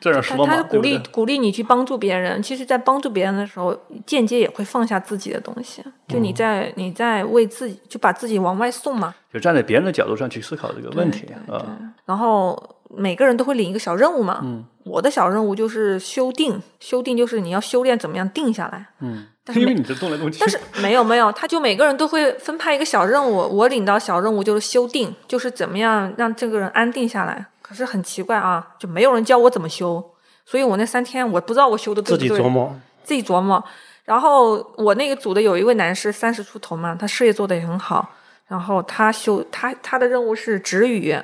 这他样说他嘛，是鼓对不励对？鼓励你去帮助别人。其实，在帮助别人的时候，间接也会放下自己的东西，就嗯你在、你在为自己，就把自己往外送嘛。就站在别人的角度上去思考这个问题对啊，然后每个人都会领一个小任务嘛。嗯我的小任务就是修定，修定就是你要修炼怎么样定下来。嗯，但是因为每你这动来动去，但 是没有没有，他就每个人都会分派一个小任务，我领到小任务就是修定，就是怎么样让这个人安定下来。可是很奇怪啊，就没有人教我怎么修，所以我那三天我不知道我修的对自不对。己琢磨，自己琢磨。然后我那个组的有一位男士，三十出头嘛，他事业做得也很好。然后他修他他的任务是止语，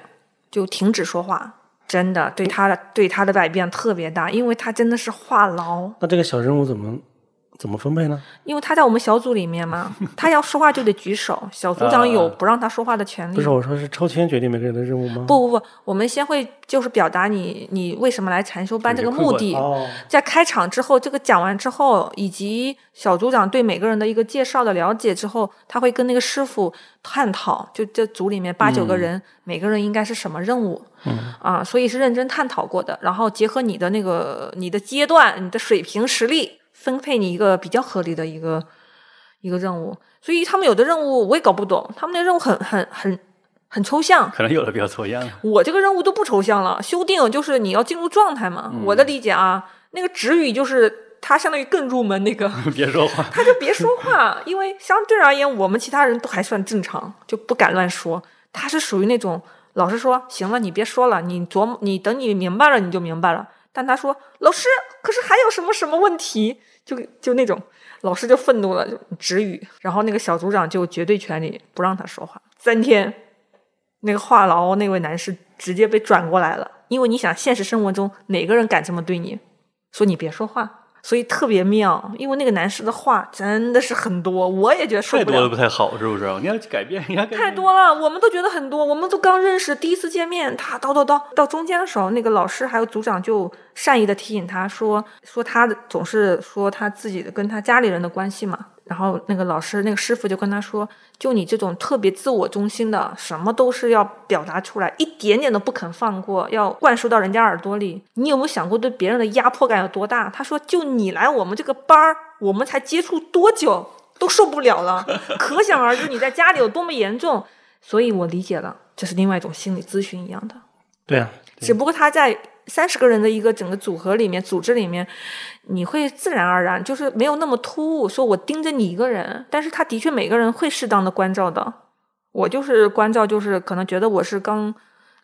就停止说话。真的对他的对他的改变特别大，因为他真的是话痨，那这个小任务怎么怎么分配呢？因为他在我们小组里面 嘛，他要说话就得举手，小组长有啊不让他说话的权利。呃不是我说是抽签决定每个人的任务吗？，嗯不不不，我们先会就是表达你你为什么来禅修班有这些个困目惑的，哦，在开场之后，这个讲完之后，以及小组长对每个人的一个介绍的了解之后，他会跟那个师傅探讨，就这组里面八九个人，每个人应该是什么任务，嗯啊，所以是认真探讨过的。然后结合你的那个你的阶段、你的水平、实力，分配你一个比较合理的一个一个任务。所以他们有的任务我也搞不懂，他们的任务很很很很抽象，可能有的比较啊抽象，我这个任务都不抽象了，修订就是你要进入状态嘛。我的理解啊，那个止语就是它相当于更入门那个，别说话，他就别说话，因为相对而言我们其他人都还算正常，就不敢乱说。他是属于那种老师说行了，你别说了，你琢磨，你等你明白了你就明白了。但他说老师，可是还有什么什么问题？就就那种老师就愤怒了，就止语。然后那个小组长就绝对权利不让他说话，三天那个话痨那位男士直接被转过来了，因为你想，现实生活中哪个人敢这么对你？说你别说话，所以特别妙，因为那个男士的话真的是很多，我也觉得受太不多了了不。太好，是不是？你要改变，你要改变太多了，我们都觉得很多，我们都刚认识，第一次见面，他叨叨叨到中间的时候，那个老师还有组长就善意的提醒他说，说他总是说他自己的跟他家里人的关系嘛，然后那个老师那个师傅就跟他说，就你这种特别自我中心的，什么都是要表达出来，一点点都不肯放过，要灌输到人家耳朵里，你有没有想过对别人的压迫感有多大？他说，就你来我们这个班儿，我们才接触多久？都受不了了，可想而知你在家里有多么严重。所以我理解了，这是另外一种心理咨询一样的，对啊，只不过他在三十个人的一个整个组合里面、组织里面，你会自然而然就是没有那么突兀，说我盯着你一个人，但是他的确每个人会适当的关照的。我就是关照，就是可能觉得我是刚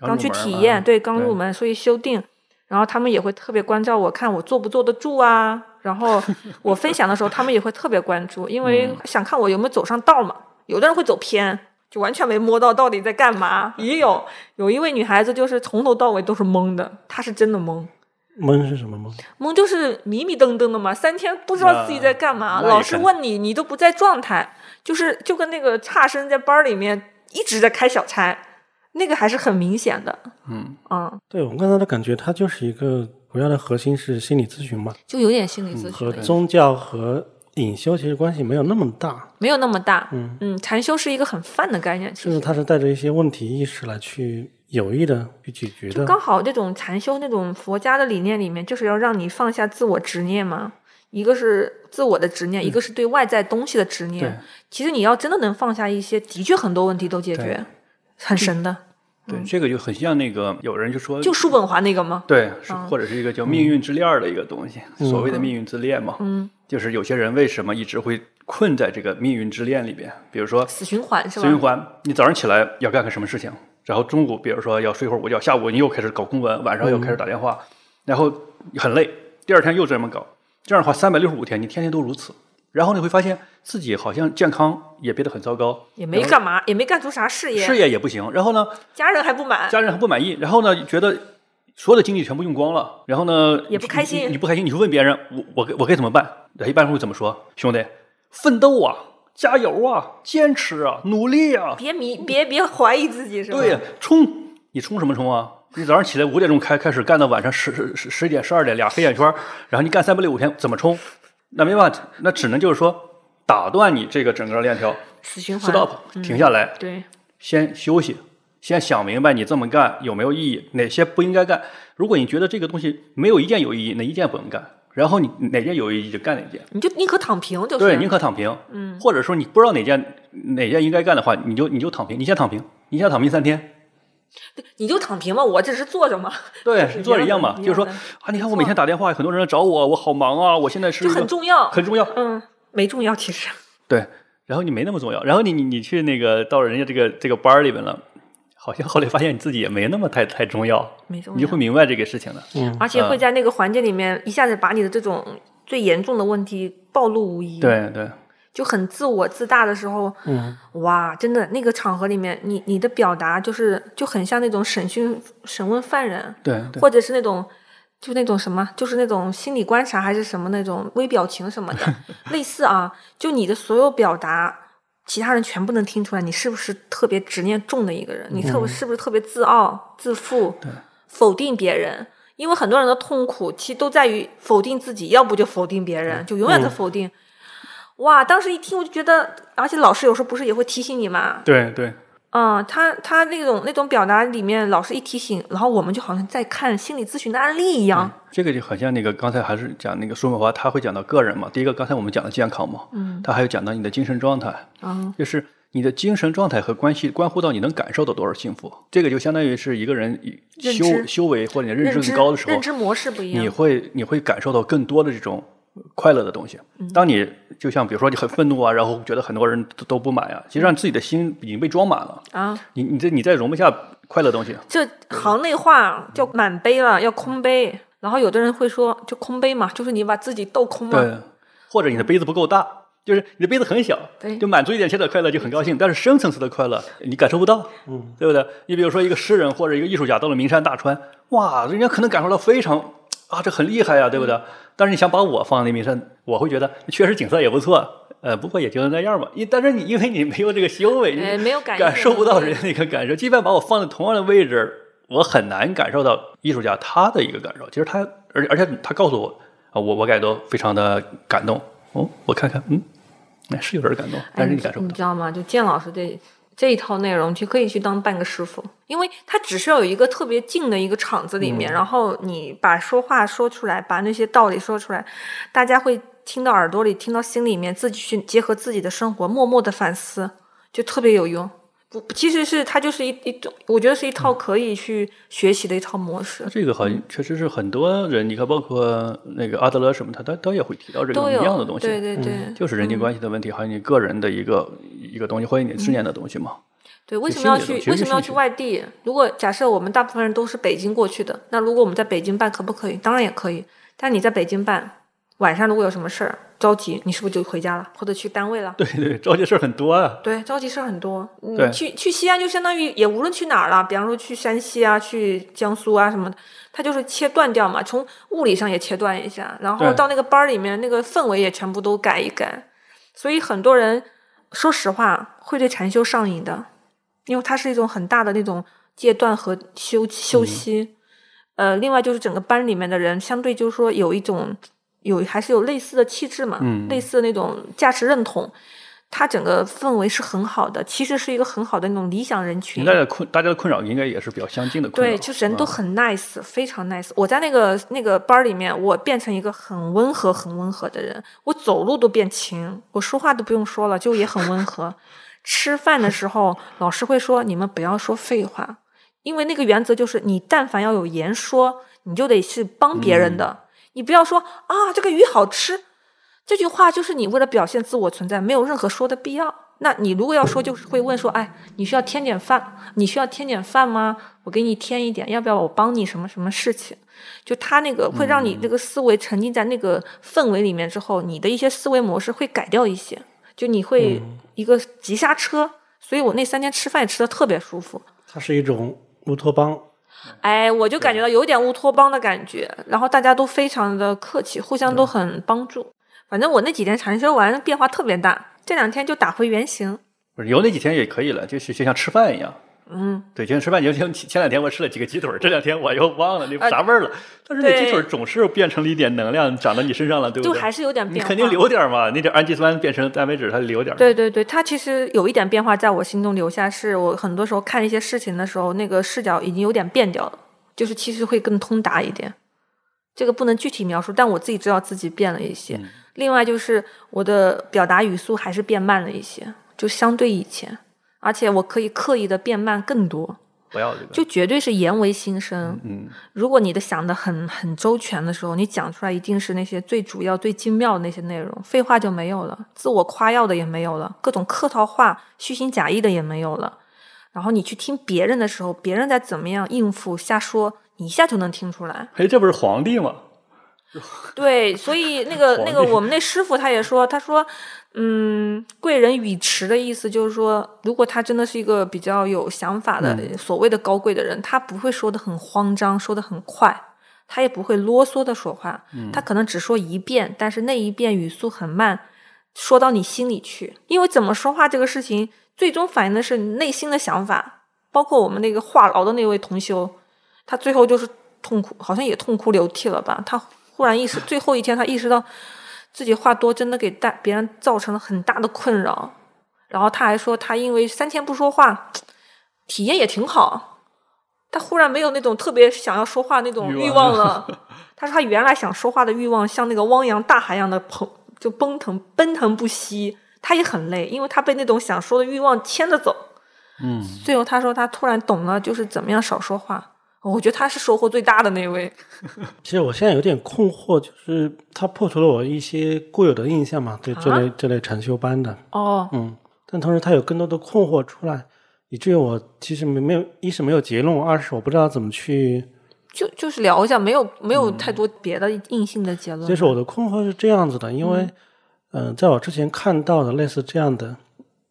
刚入去门儿体嘛嗯验，对，刚入对门，所以修订。然后他们也会特别关照我，看我坐不坐得住啊。然后我分享的时候，他们也会特别关注，因为嗯想看我有没有走上道嘛。有的人会走偏，就完全没摸到到底在干嘛。也有有一位女孩子，就是从头到尾都是懵的，她是真的懵，蒙是什么蒙？懵就是迷迷瞪瞪的嘛，三天不知道自己在干嘛，那那老也师肯问你，你都不在状态，就是就跟那个差生在班里面一直在开小差，那个还是很明显的。嗯，嗯，对我刚才的感觉，它就是一个主要的核心是心理咨询嘛，就有点心理嗯咨询和的意思，宗教和隐修其实关系没有那么大，没有那么大。嗯禅修是一个很泛的概念，其甚至实它是带着一些问题意识来去有意的去解决嗯的。刚好这种禅修那种佛家的理念里面，就是要让你放下自我执念嘛。一个是自我的执念，一个是对外在东西的执嗯对念。其实你要真的能放下一些，的确很多问题都解决对，很神的。对，这个就很像那个有人就说，嗯就叔本华那个吗？对，是嗯或者是一个叫命运之恋儿的一个东西，所谓的命运之恋嘛，嗯，就是有些人为什么一直会困在这个命运之恋里边，比如说死循环是吧？循环，你早上起来要干个什么事情，然后中午比如说要睡会儿午觉，下午你又开始搞公文，晚上又开始打电话，然后很累，第二天又这么搞，这样的话三百六十五天你天天都如此，然后你会发现自己好像健康也变得很糟糕，也没然后干嘛，也没干出啥事业，事业也不行，然后呢，家人还不 满，家人还不满意，然后呢，觉得所有的精力全部用光了，然后呢，也不开心你你你不开心，你去问别人，我我该我该怎么办？一般会怎么说？兄弟，奋斗啊，加油啊，坚持啊，努力啊，别迷，别别怀疑自己是吧？对呀，冲！你冲什么冲啊？你早上起来五点钟开开始干到晚上十十十十点十二点俩黑眼圈儿，然后你干三百六五天怎么冲？那没办法，那只能就是说打断你这个整个链条死循环。 ，stop，停下来，对，先休息，先想明白你这么干有没有意义，哪些不应该干。如果你觉得这个东西没有一件有意义，哪一件不能干，然后你哪件有意义就干哪件。你就宁可躺平，就是啊对，宁可躺平。嗯，或者说你不知道哪件哪件应该干的话，你就你就躺平，你先躺平，你先躺平三天。你就躺平嘛，我只是坐着嘛，对，是你做着一一样样的嘛，一就是说样的啊，你看我每天打电话，很多人来找我，我好忙啊，我现在是就一个很重要。很重要，嗯，没重要其实。对，然后你没那么重要，然后你你你去那个到了人家这个这个班儿里面了，好像后来发现你自己也没那么太太重要，没重要你就会明白这个事情的。而且会在那个环境里面一下子把你的这种最严重的问题暴露无遗。，对对，就很自我自大的时候，嗯，哇，真的那个场合里面，你你的表达就是就很像那种审讯审问犯人，对对或者是那种。就那种什么，就是那种心理观察还是什么那种微表情什么的，类似啊，就你的所有表达，其他人全部能听出来，你是不是特别执念重的一个人？你特别是不是特别自傲、自负？否定别人，因为很多人的痛苦其实都在于否定自己，要不就否定别人，就永远在否定。哇，当时一听我就觉得，而且老师有时候不是也会提醒你嘛，对对嗯，他他那种那种表达里面，老师一提醒，然后我们就好像在看心理咨询的案例一样，嗯这个就很像那个刚才还是讲那个叔本华，他会讲到个人嘛。第一个，刚才我们讲的健康嘛，嗯，他还有讲到你的精神状态，嗯，就是你的精神状态和关系关乎到你能感受到多少幸福。这个就相当于是一个人以认修知修为或者你的认认知知更高的时候认，知模式不一你样，会你会感受到更多的这种快乐的东西。嗯当你就像比如说你很愤怒啊，然后觉得很多人都都不满呀、其实让自己的心已经被装满了，啊，你你这你再容不下快乐的东西。这行内话叫满杯了，要空杯。然后有的人会说，就空杯嘛，就是你把自己斗空嘛。对，或者你的杯子不够大，就是你的杯子很小对，就满足一点小小快乐就很高兴，但是深层次的快乐你感受不到，嗯，对不对？你比如说一个诗人或者一个艺术家到了名山大川，哇，人家可能感受到非常啊，这很厉害呀、嗯对不对？但是你想把我放那名山，我会觉得确实景色也不错。呃，不过也就那样吧。因但是你因为你没有这个修为，哎你没有感应感受不到能力人家那个感受。即便把我放在同样的位置，我很难感受到艺术家他的一个感受。其实他，而而且他告诉我啊，我我感觉到非常的感动。哦，我看看，嗯，哎，是有点感动，但是你感受不你到。知道吗？就建老师这这一套内容，就可以去当半个师傅，因为他只需要有一个特别静的一个场子里嗯面，然后你把说话说出来，把那些道理说出来，大家会听到耳朵里，听到心里面，自己去结合自己的生活，默默的反思，就特别有用。不，其实是它就是一一种，我觉得是一嗯套可以去学习的一套模式那。这个好像确实是很多人，你看，包括那个阿德勒什么，他他他也会提到这都个一有样的东西，嗯对嗯对对、就是人际关系的问题，还有你个人的一个一个东西，或者嗯你执念的东西嘛。 对，为什心么要理去为的东西其实什么要是去外地？如果假设我们大部分人都是北京过去的，那如果我们在北京办，可不可以？当然也可以。但你在北京办，晚上如果有什么事儿着急，你是不是就回家了，或者去单位了？对对，着急事儿很多啊。对，着急事儿很多。对你去去西安就相当于也无论去哪儿了，比方说去山西啊、去江苏啊什么的，它就是切断掉嘛，从物理上也切断一下，然后对到那个班儿里面那个氛围也全部都改一改。所以很多人说实话会对禅修上瘾的，因为它是一种很大的那种戒断和休嗯休息。呃，另外就是整个班里面的人，相对就是说有一种有还是有类似的气质嘛，嗯类似的那种价值认同。它整个氛围是很好的，其实是一个很好的那种理想人群大。家的困，大家的困扰应该也是比较相近的困扰。对，就人都啊很 nice，、非常 nice。我在那个那个班儿里面，我变成一个很温和、很温和的人，我走路都变轻，我说话都不用说了，就也很温和。吃饭的时候，老师会说你们不要说废话，因为那个原则就是你但凡要有言说，你就得是帮别人的，嗯你不要说啊这个鱼好吃，这句话就是你为了表现自我存在，没有任何说的必要。那你如果要说，就是会问说，哎，你需要添点饭？你需要添点饭吗？我给你添一点，要不要我帮你什么什么事情？就他那个会让嗯你这个思维沉浸在那个氛围里面之后，你的一些思维模式会改掉一些，就你会嗯一个急刹车。所以我那三天吃饭也吃的特别舒服，它是一种乌托邦，哎，我就感觉到有点乌托邦的感觉，然后大家都非常的客气，互相都很帮助。反正我那几天禅修完变化特别大，这两天就打回原形。不是有那几天也可以了，就是就像吃饭一样。嗯，对，就像吃饭，就像前前两天我吃了几个鸡腿儿，这两天我又忘了那呃啥味儿了。但是那对鸡腿儿总是变成了一点能量，长到你身上了，对不就对？还是有点你变化。肯定留点儿嘛，那点氨基酸变成蛋白质，它留点儿。对对对，它其实有一点变化，在我心中留下，是我很多时候看一些事情的时候，那个视角已经有点变掉了，就是其实会更通达一点。这个不能具体描述，但我自己知道自己变了一些。另外就是我的表达语速还是变慢了一些，就相对以前，而且我可以刻意的变慢更多，不要这个。就绝对是言为心声。嗯，如果你的想的很很周全的时候，你讲出来一定是那些最主要、最精妙的那些内容，废话就没有了，自我夸耀的也没有了，各种客套话、虚情假意的也没有了。然后你去听别人的时候，别人在怎么样应付、瞎说，你一下就能听出来。哎，这不是皇帝吗？对，所以那个皇那帝个我们那师傅他也说，他说，嗯，贵人语迟的意思就是说，如果他真的是一个比较有想法的、所谓的高贵的人，他不会说的很慌张，说的很快，他也不会啰嗦的说话，他可能只说一遍，但是那一遍语速很慢，说到你心里去。因为怎么说话这个事情，最终反映的是你内心的想法。包括我们那个话痨的那位同修，他最后就是痛哭，好像也痛哭流涕了吧？他忽然意识，最后一天他意识到自己话多，真的给大别人造成了很大的困扰。然后他还说，他因为三天不说话，体验也挺好。他忽然没有那种特别想要说话那种欲望欲望了。他说他原来想说话的欲望，像那个汪洋大海一样的澎，就奔腾奔腾不息。他也很累，因为他被那种想说的欲望牵着走。嗯，最后他说他突然懂了，就是怎么样少说话。我觉得他是收获最大的那位。其实我现在有点困惑，就是它破除了我一些固有的印象嘛，对这类、这类禅修班的，哦，嗯，但同时它有更多的困惑出来，以至于我其实没没有一是没有结论，二是我不知道怎么去。就就是聊一下，没有没有太多别的硬性的结论。就是我的困惑是这样子的，因为嗯、呃在我之前看到的类似这样的，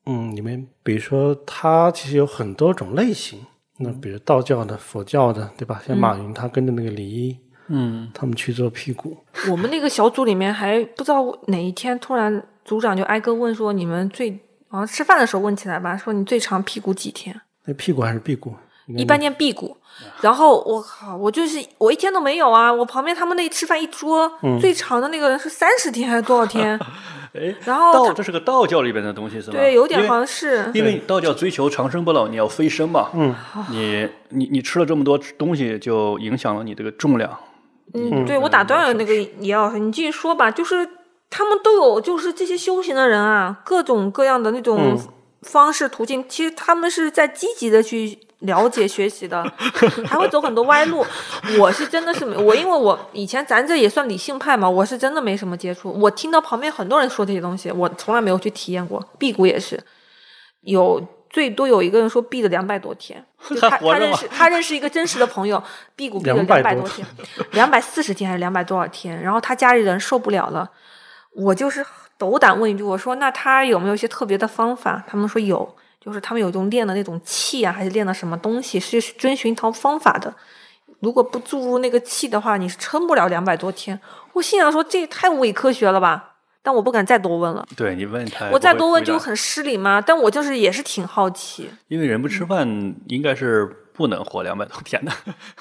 嗯，里面比如说它其实有很多种类型，那嗯比如道教的、佛教的，对吧？像马云他跟着那个李一，嗯，他们去做辟谷，我们那个小组里面还不知道哪一天突然组长就挨个问说，你们最好像吃饭的时候问起来吧，说你最长辟谷几天？那辟谷还是 辟谷？应该一般念辟谷。 然后我靠，我就是我一天都没有啊！我旁边他们那吃饭一桌，最长的那个人是三十天还是多少天？哎，然后道他这是个道教里边的东西是吧？对，有点因为好像是。啊因为你道教追求长生不老，你要飞升嘛。嗯，你你你吃了这么多东西，就影响了你这个重量。嗯，对我打断了那个也要你继续说吧，就是他们都有，就是这些修行的人啊，各种各样的那种方式途径，其实他们是在积极的去了解学习的，还会走很多歪路。我是真的是没我，因为我以前咱这也算理性派嘛，我是真的没什么接触。我听到旁边很多人说这些东西，我从来没有去体验过。辟谷也是有。最多有一个人说避了两百多天，就还他活他着认吗识他认识一个真实的朋友， 辟谷辟了200两百多多天，两百四十天还是两百多少天？然后他家里人受不了了，我就是斗胆问一句，我说那他有没有一些特别的方法？他们说有，就是他们有一种练的那种气啊，还是练的什么东西，是遵循一套方法的。如果不注入那个气的话，你是撑不了两百多天。我心想说这也太伪科学了吧，但我不敢再多问了。对你问他，我再多问就很。很失礼嘛，但我就是也是挺好奇，因为人不吃饭，应该是不能活两百多 天的。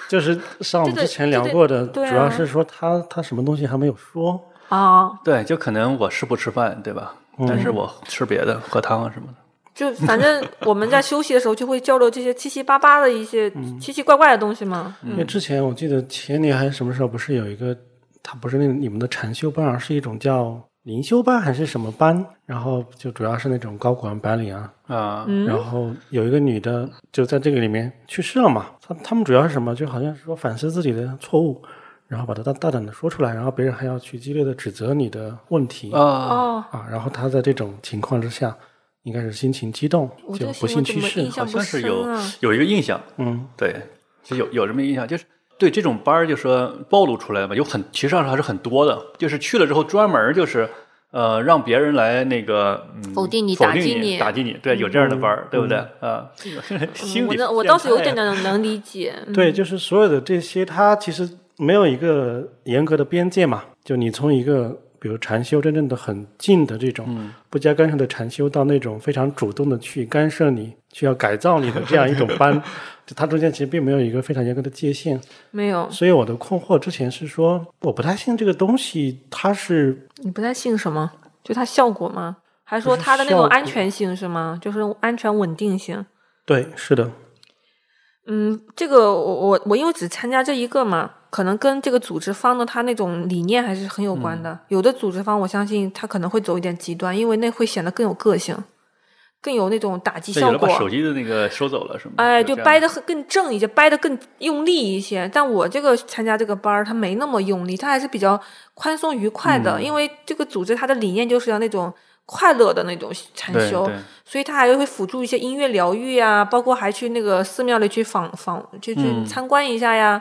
就是像我们这个之前聊过的，这个对啊主要是说他他什么东西还没有说，啊，对，就可能我是不吃饭，对吧？但是我吃别的，喝汤啊什么的。就反正我们在休息的时候就会交流这些七七八八的一些嗯奇奇怪怪的东西嘛。嗯因为之前我记得前年还是什么时候，不是有一个，它不是那你们的禅修班，而是一种叫灵修班还是什么班，然后就主要是那种高管白领啊，啊，嗯然后有一个女的就在这个里面去世了嘛。她他们主要是什么？就好像是说反思自己的错误，然后把它大大胆的说出来，然后别人还要去激烈的指责你的问题啊，哦，啊。然后她在这种情况之下，应该是心情激动我，这个就不新闻幸怎去么世印。象好像是有不深啊有一个印象，嗯，对，就有有这么一个印象，就是对这种班儿就说暴露出来吧，有很其实上还是很多的，就是去了之后专门儿就是呃让别人来那个、嗯、否定你否打定击你你嗯打击你，对，有这样的班儿，对不对？啊， 这个心我理能我变倒是有态点啊能能理 解。嗯对，就是所有的这些，它其实没有一个严格的边界嘛。就你从一个比如禅修真正的很近的这种、不加干涉的禅修，到那种非常主动的去干涉你、去要改造你的这样一种班，就它中间其实并没有一个非常严格的界限。没有，所以我的困惑之前是说，我不太信这个东西，它是你不太信什么？就它效果吗？还是不说是它的那效种果安全性是吗？就是安全稳定性。对，是的，嗯，这个我我我因为只参加这一个嘛，可能跟这个组织方的他那种理念还是很有关嗯的。有的组织方我相信他可能会走一点极端，因为那会显得更有个性，更有那种打击对有效人把果。手机的那个收走了是吗？哎，有就这样掰的得更正一些，掰得更用力一些。但我这个参加这个班儿，他没那么用力，他还是比较宽松愉快嗯的，因为这个组织它的理念就是要那种快乐的那种禅对修，对所以他还会辅助一些音乐疗愈啊，包括还去那个寺庙里去访访，就嗯去参观一下呀，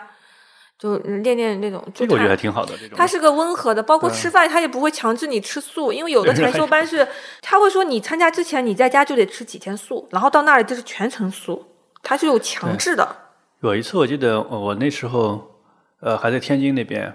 就练练那种。就这个我觉他得还挺好的，这种它是个温和的，包括对吃饭，它也不会强制你吃素，因为有的对禅修班 是，他会说你参加之前你在家就得吃几天素，然后到那里就是全程素，它是有强制的。有一次我记得呃我那时候呃还在天津那边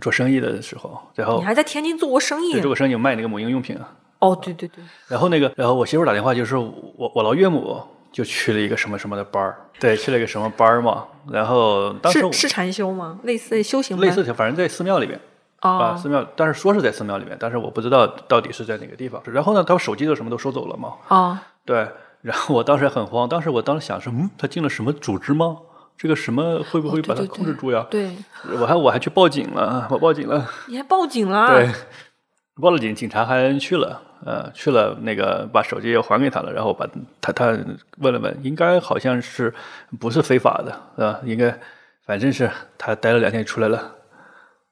做生意的时候，然后你还在天津做过生意啊哦对？做个生意卖那个母婴用品啊，哦，对对对，然后那个，然后我媳妇儿打电话，就是我我老岳母就去了一个什么什么的班儿，对，去了一个什么班儿嘛。然后当时我嗯是是禅修吗？类似修行班？类似的，反正在寺庙里边啊，哦寺庙，但是说是在寺庙里边，但是我不知道到底是在哪个地方。然后呢，他手机都什么都收走了嘛，哦，对。然后我当时很慌，当时我当时想是，嗯，他进了什么组织吗？这个什么会不会哦对把他对控制住呀？对，我还我还去报警了，啊我报警了。你还报警了？啊对，报了警，警察还去了，呃，去了那个把手机又还给他了，然后把他他问了问，应该好像是不是非法的，呃，应该反正是他待了两天出来了，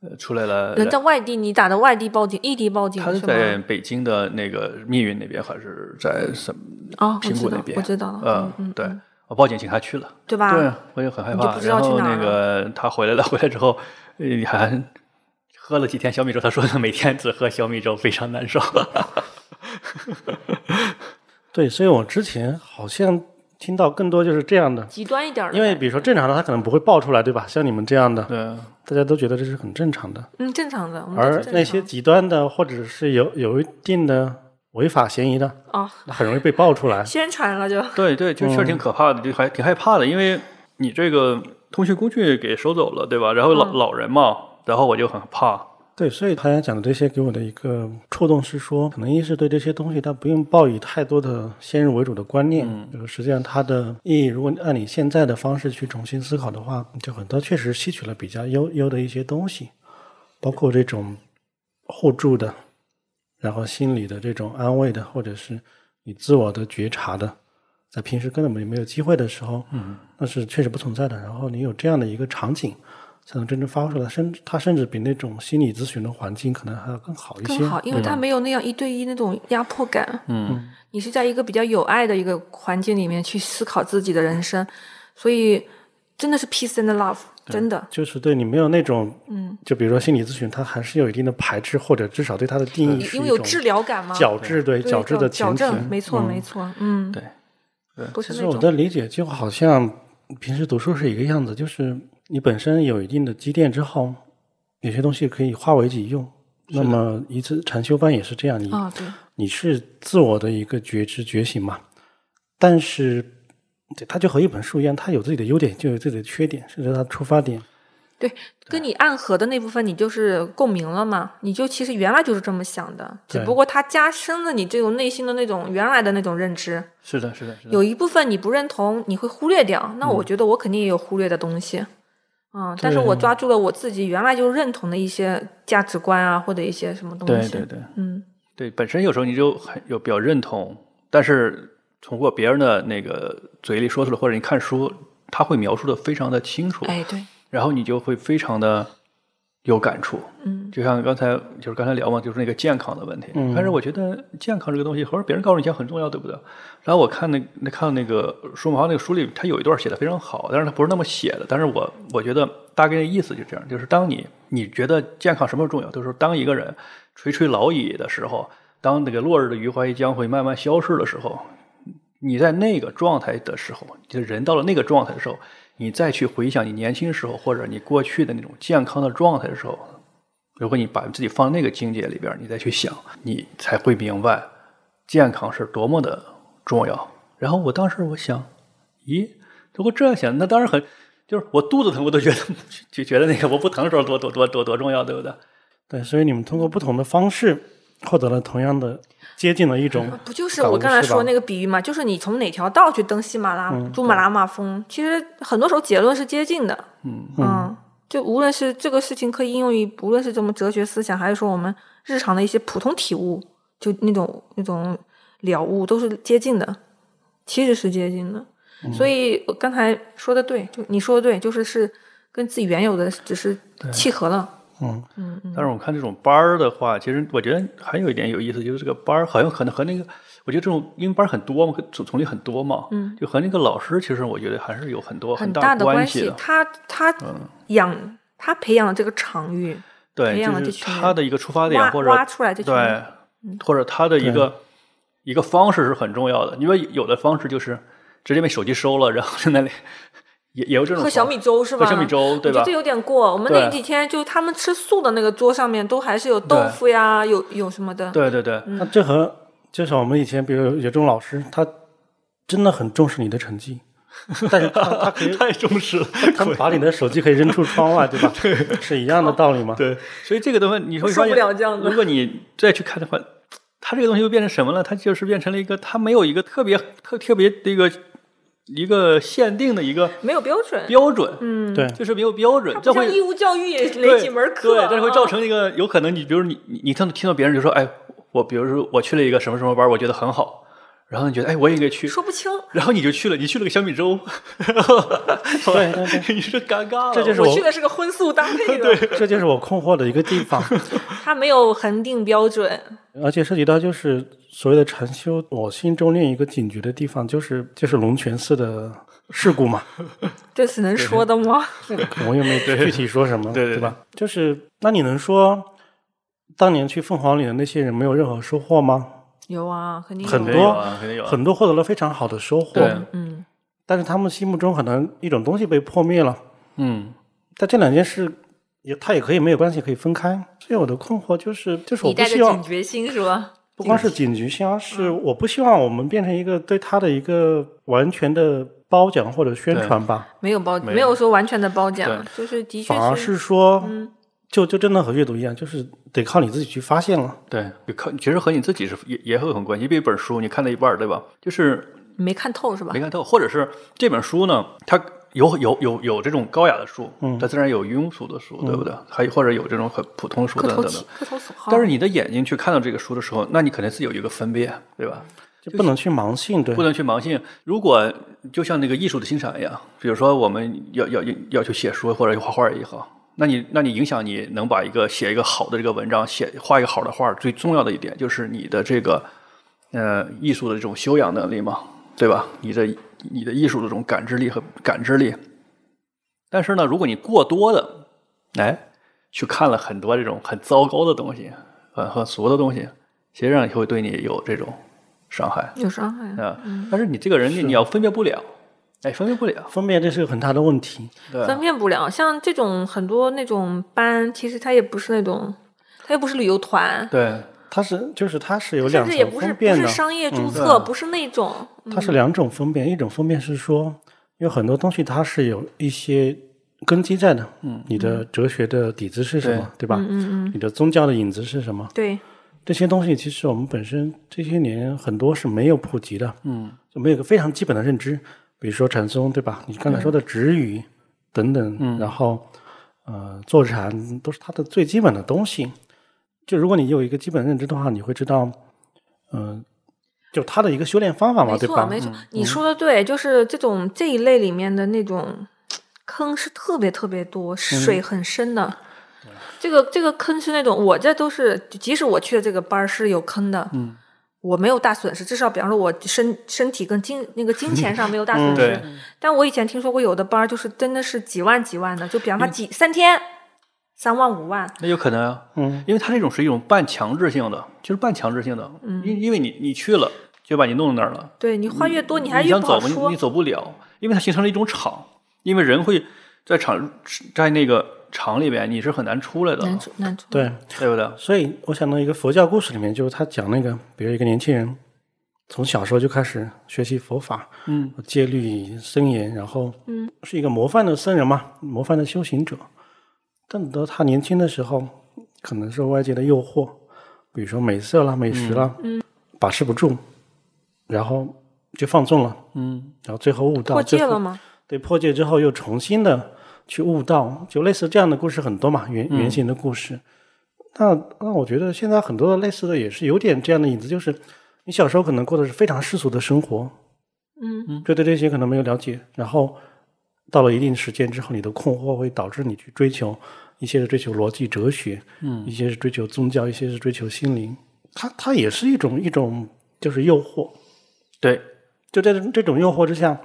呃，出来了。人在外地，你打的外地报警，异地报警他是是在吗？北京的那个密云那边，还是在什么哦，我平知谷那道，边？我知道了，嗯，对，我报警，警察去了。对吧？对，啊我就很害啊你就怕。不知然道去后哪那儿个他回来了，回 来之后，呃还喝了几天小米粥。他说他每天只喝小米粥，非常难受。对，所以我之前好像听到更多就是这样的。极端一点的，因为比如说正常的，他可能不会爆出来，对吧？像你们这样的，对，啊大家都觉得这是很正常的。嗯正常的，我们都而是正那些常极端的或者是有有一定的违法嫌疑的，哦。那很容易被爆出来宣传了就 对对，就确实挺嗯可怕的，就还挺害怕的，因为你这个通讯工具给收走了，对吧？然后老、嗯老人嘛，然后我就很怕。对，所以他讲的这些给我的一个触动是说，可能一是对这些东西他不用抱以太多的先入为主的观念，就是实际上它的意义，如果你按你现在的方式去重新思考的话，就很多确实吸取了比较优优的一些东西，包括这种互助的，然后心理的这种安慰的，或者是你自我的觉察的，在平时根本没有机会的时候，嗯，那是确实不存在的。然后你有这样的一个场景，才能真正发挥出来，甚至它甚至比那种心理咨询的环境可能还要更好一些，更好，因为他没有那样一对一那种压迫感。嗯，你是在一个比较有爱的一个环境里面去思考自己的人生，所以真的是 peace and love，真的。就是对你没有那种，嗯，就比如说心理咨询，它还是有一定的排斥，或者至少对它的定义是因一为有种治疗感嘛，矫治，对对矫治的矫前提正，，没错，没错，嗯，对，不是其实那我种的理解就好像平时读书是一个样子，就是你本身有一定的积淀之后，有些东西可以化为己用。那么一次禅修班也是这样，你、啊，对，你是自我的一个觉知觉醒嘛，但是对它就和一本书一样，它有自己的优点，就有自己的缺点，甚至它的出发点。对，跟你暗合的那部分，你就是共鸣了嘛？你就其实原来就是这么想的，只对不过它加深了你这种内心的那种原来的那种认知。是的，是的，是的。有一部分你不认同，你会忽略掉。嗯那我觉得我肯定也有忽略的东西，嗯，但是我抓住了我自己原来就认同的一些价值观啊，或者一些什么东对西。对对嗯，对，本身有时候你就很有比较认同，但是通过别人的那个嘴里说出来，或者你看书，他会描述的非常的清楚，哎，对，然后你就会非常的有感触。嗯，就像刚才就是刚才聊嘛，就是那个健康的问题。嗯但是我觉得健康这个东西，或者别人告诉你健康很重要，对不对？然后我看那那看那个舒马浩那个书里，他有一段写的非常好，但是他不是那么写的。但是我我觉得大概的意思就这样，就是当你你觉得健康什么重要，就是当一个人垂垂老矣的时候，当那个落日的余晖将会慢慢消逝的时候，你在那个状态的时候，就是人到了那个状态的时候，你再去回想你年轻时候或者你过去的那种健康的状态的时候，如果你把自己放那个境界里边，你再去想，你才会明白健康是多么的重要。然后我当时我想，咦，如果这样想，那当然很，就是我肚子疼，我都觉得 就觉得那个我不疼的时候多多多多多重要，对不对？对，所以你们通过不同的方式获得了同样的接近了一种不就是感我悟刚才是吧说那个比喻嘛？就是你从哪条道去登喜马拉珠穆朗玛峰，其实很多时候结论是接近的。嗯，嗯，就无论是这个事情可以应用于，无论是这么哲学思想，还是说我们日常的一些普通体悟，就那种那种了悟，都是接近的，其实是接近的。嗯所以我刚才说的对，就你说的对，就是是跟自己原有的只是契合了。嗯嗯嗯，但是我看这种班儿的话，其实我觉得还有一点有意思，就是这个班儿好像可能和那个，我觉得这种因为班儿很多嘛，总总理很多嘛，嗯，就和那个老师，其实我觉得还是有很多很大的关系的，。嗯他他养他培养了这个场域，培对，养了就这是群人他的一个出发点挖或者挖出来这群人嗯对，或者他的一个一个方式是很重要的，因为有的方式就是直接被手机收了，然后在那里也也有这种喝小方米粥是吧？喝小米粥对我觉得吧这？有点过。我们那对几天就他们吃素的那个桌上面都还是有豆对腐呀，有有什么的。对对嗯对，那这和就是我们以前，比如有有这种老师，他真的很重视你的成 绩，但是他他可以太重视了，他把你的手机可以扔出窗 外，对吧？是一样的道理吗？对，所以这个东西你会受发不现，了这样的如果你再去看的话，它这个东西又变成什么了？它就是变成了一个，它没有一个特别特特别的一个一个限定的一个没有标准，标准，嗯，对就是没有标准它，这不像会义务教育也 对哪几门课，对，但是会造啊成一个有可能你，比如你你你听听到别人就说，哎，我比如说我去了一个什么什么班，我觉得很好，然后你觉得，哎，我也应该去。说不清。然后你就去了，你去了个小米粥，然后对 对你是尴尬了。这就是我我去的是个荤素搭配的，这就是我困惑的一个地 方，它没有恒定标准。而且涉及到就是所谓的禅修，我心中另一个警觉的地方就是就是龙泉寺的事 故嘛，这是能说的吗？我也没具体说什么，对对对吧？就是那你能说当年去凤凰岭的那些人没有任何收获吗？有啊，肯定有很肯多定有啊，肯定有啊，很多获得了非常好的收获，对，嗯，但是他们心目中可能一种东西被破灭了，嗯，但这两件事也它也可以没有关系，可以分开。所以我的困惑就是，就是我你不带着希望警觉嗯心是吧？不光是警局性，而是我不希望我们变成一个对它的一个完全的褒奖或者宣传吧，没有褒，没有没有说完全的褒奖，对就是的确嗯反而是是说，就就真的和阅读一样，就是得靠你自己去发现了。对，就看其实和你自己是也也会有很关系。比如一本书，你看到一半儿，对吧？就是没看透是吧没？看透，或者是这本书呢，它有有有有这种高雅的书，嗯它自然有庸俗的书，对不对？还有或者有这种很普通的书磕等头等等起。，磕头所好。但是你的眼睛去看到这个书的时候，那你肯定是有一个分辨，对吧？就不能去盲信，对不，能去盲信。如果就像那个艺术的欣赏一样，比如说我们要要要去写书或者画画也好，那你那你影响你能把一个写一个好的这个文章，写画一个好的画，最重要的一点就是你的这个呃艺术的这种修养能力嘛，对吧？你的你的艺术的这种感知力和感知力。但是呢，如果你过多的哎去看了很多这种很糟糕的东西，很很俗的东西，其实上也会对你有这种伤害。有伤害啊，啊，但是你这个人你你要分辨不了，哎，分辨不了，分辨这是个很大的问题。对分辨不了。像这种很多那种班，其实它也不是那种，它又不是旅游团，对它是就是它是有甚两至也层不是分不辨是的，嗯啊商业注册，对不是那种。它是两种分辨，一种分辨是说有很多东西它是有一些根基在哪？嗯，你的哲学的底子是什么，对吧？嗯嗯嗯，你的宗教的影子是什么？对，这些东西其实我们本身这些年很多是没有普及的，嗯，就没有一个非常基本的认知。比如说禅宗，对吧？你刚才说的止语等等，嗯然后呃坐禅都是它的最基本的东西。就如果你有一个基本认知的话，你会知道，嗯、就它的一个修炼方法嘛，没对错吧？嗯没错，你说的对，就是这种这一类里面的那种坑是特别特别多，嗯水很深的。这个这个坑是那种，我这都是，即使我去的这个班儿是有坑的，嗯，我没有大损失，至少比方说我身身体跟金那个金钱上没有大嗯损失。对但我以前听说过有的班儿就是真的是几万几万的，就比方嗯他几、三天三万五万，那有可能啊，嗯，因为他这种是一种半强制性的，就是半强制性的，嗯，因因为你你去了就把你弄到那儿了，对你花越多，你还你越想不走好吗？说你你。走不了，因为它形成了一种场，因为人会在场在那个场里边，你是很难出来的，难处难处，对。对不对？所以我想到一个佛教故事里面，就是他讲那个，比如一个年轻人从小时候就开始学习佛法，嗯，戒律森严，然后嗯，是一个模范的僧人嘛，模范的修行者。但等到他年轻的时候，可能受外界的诱惑，比如说美色啦、美食啦，嗯，把持不住，然后就放纵了，嗯，然后最后悟道，破戒最后了吗？对，破戒之后又重新的去悟道，就类似这样的故事很多嘛，原原型的故事。那那我觉得现在很多的类似的也是有点这样的影子，就是你小时候可能过的是非常世俗的生活，嗯，就对这些可能没有了解，然后到了一定时间之后，你的困惑会导致你去追求一些是追求逻辑哲学，嗯，一些是追求宗教，一些是追求心灵，它它也是一种一种就是诱惑，对，就在这种诱惑之下，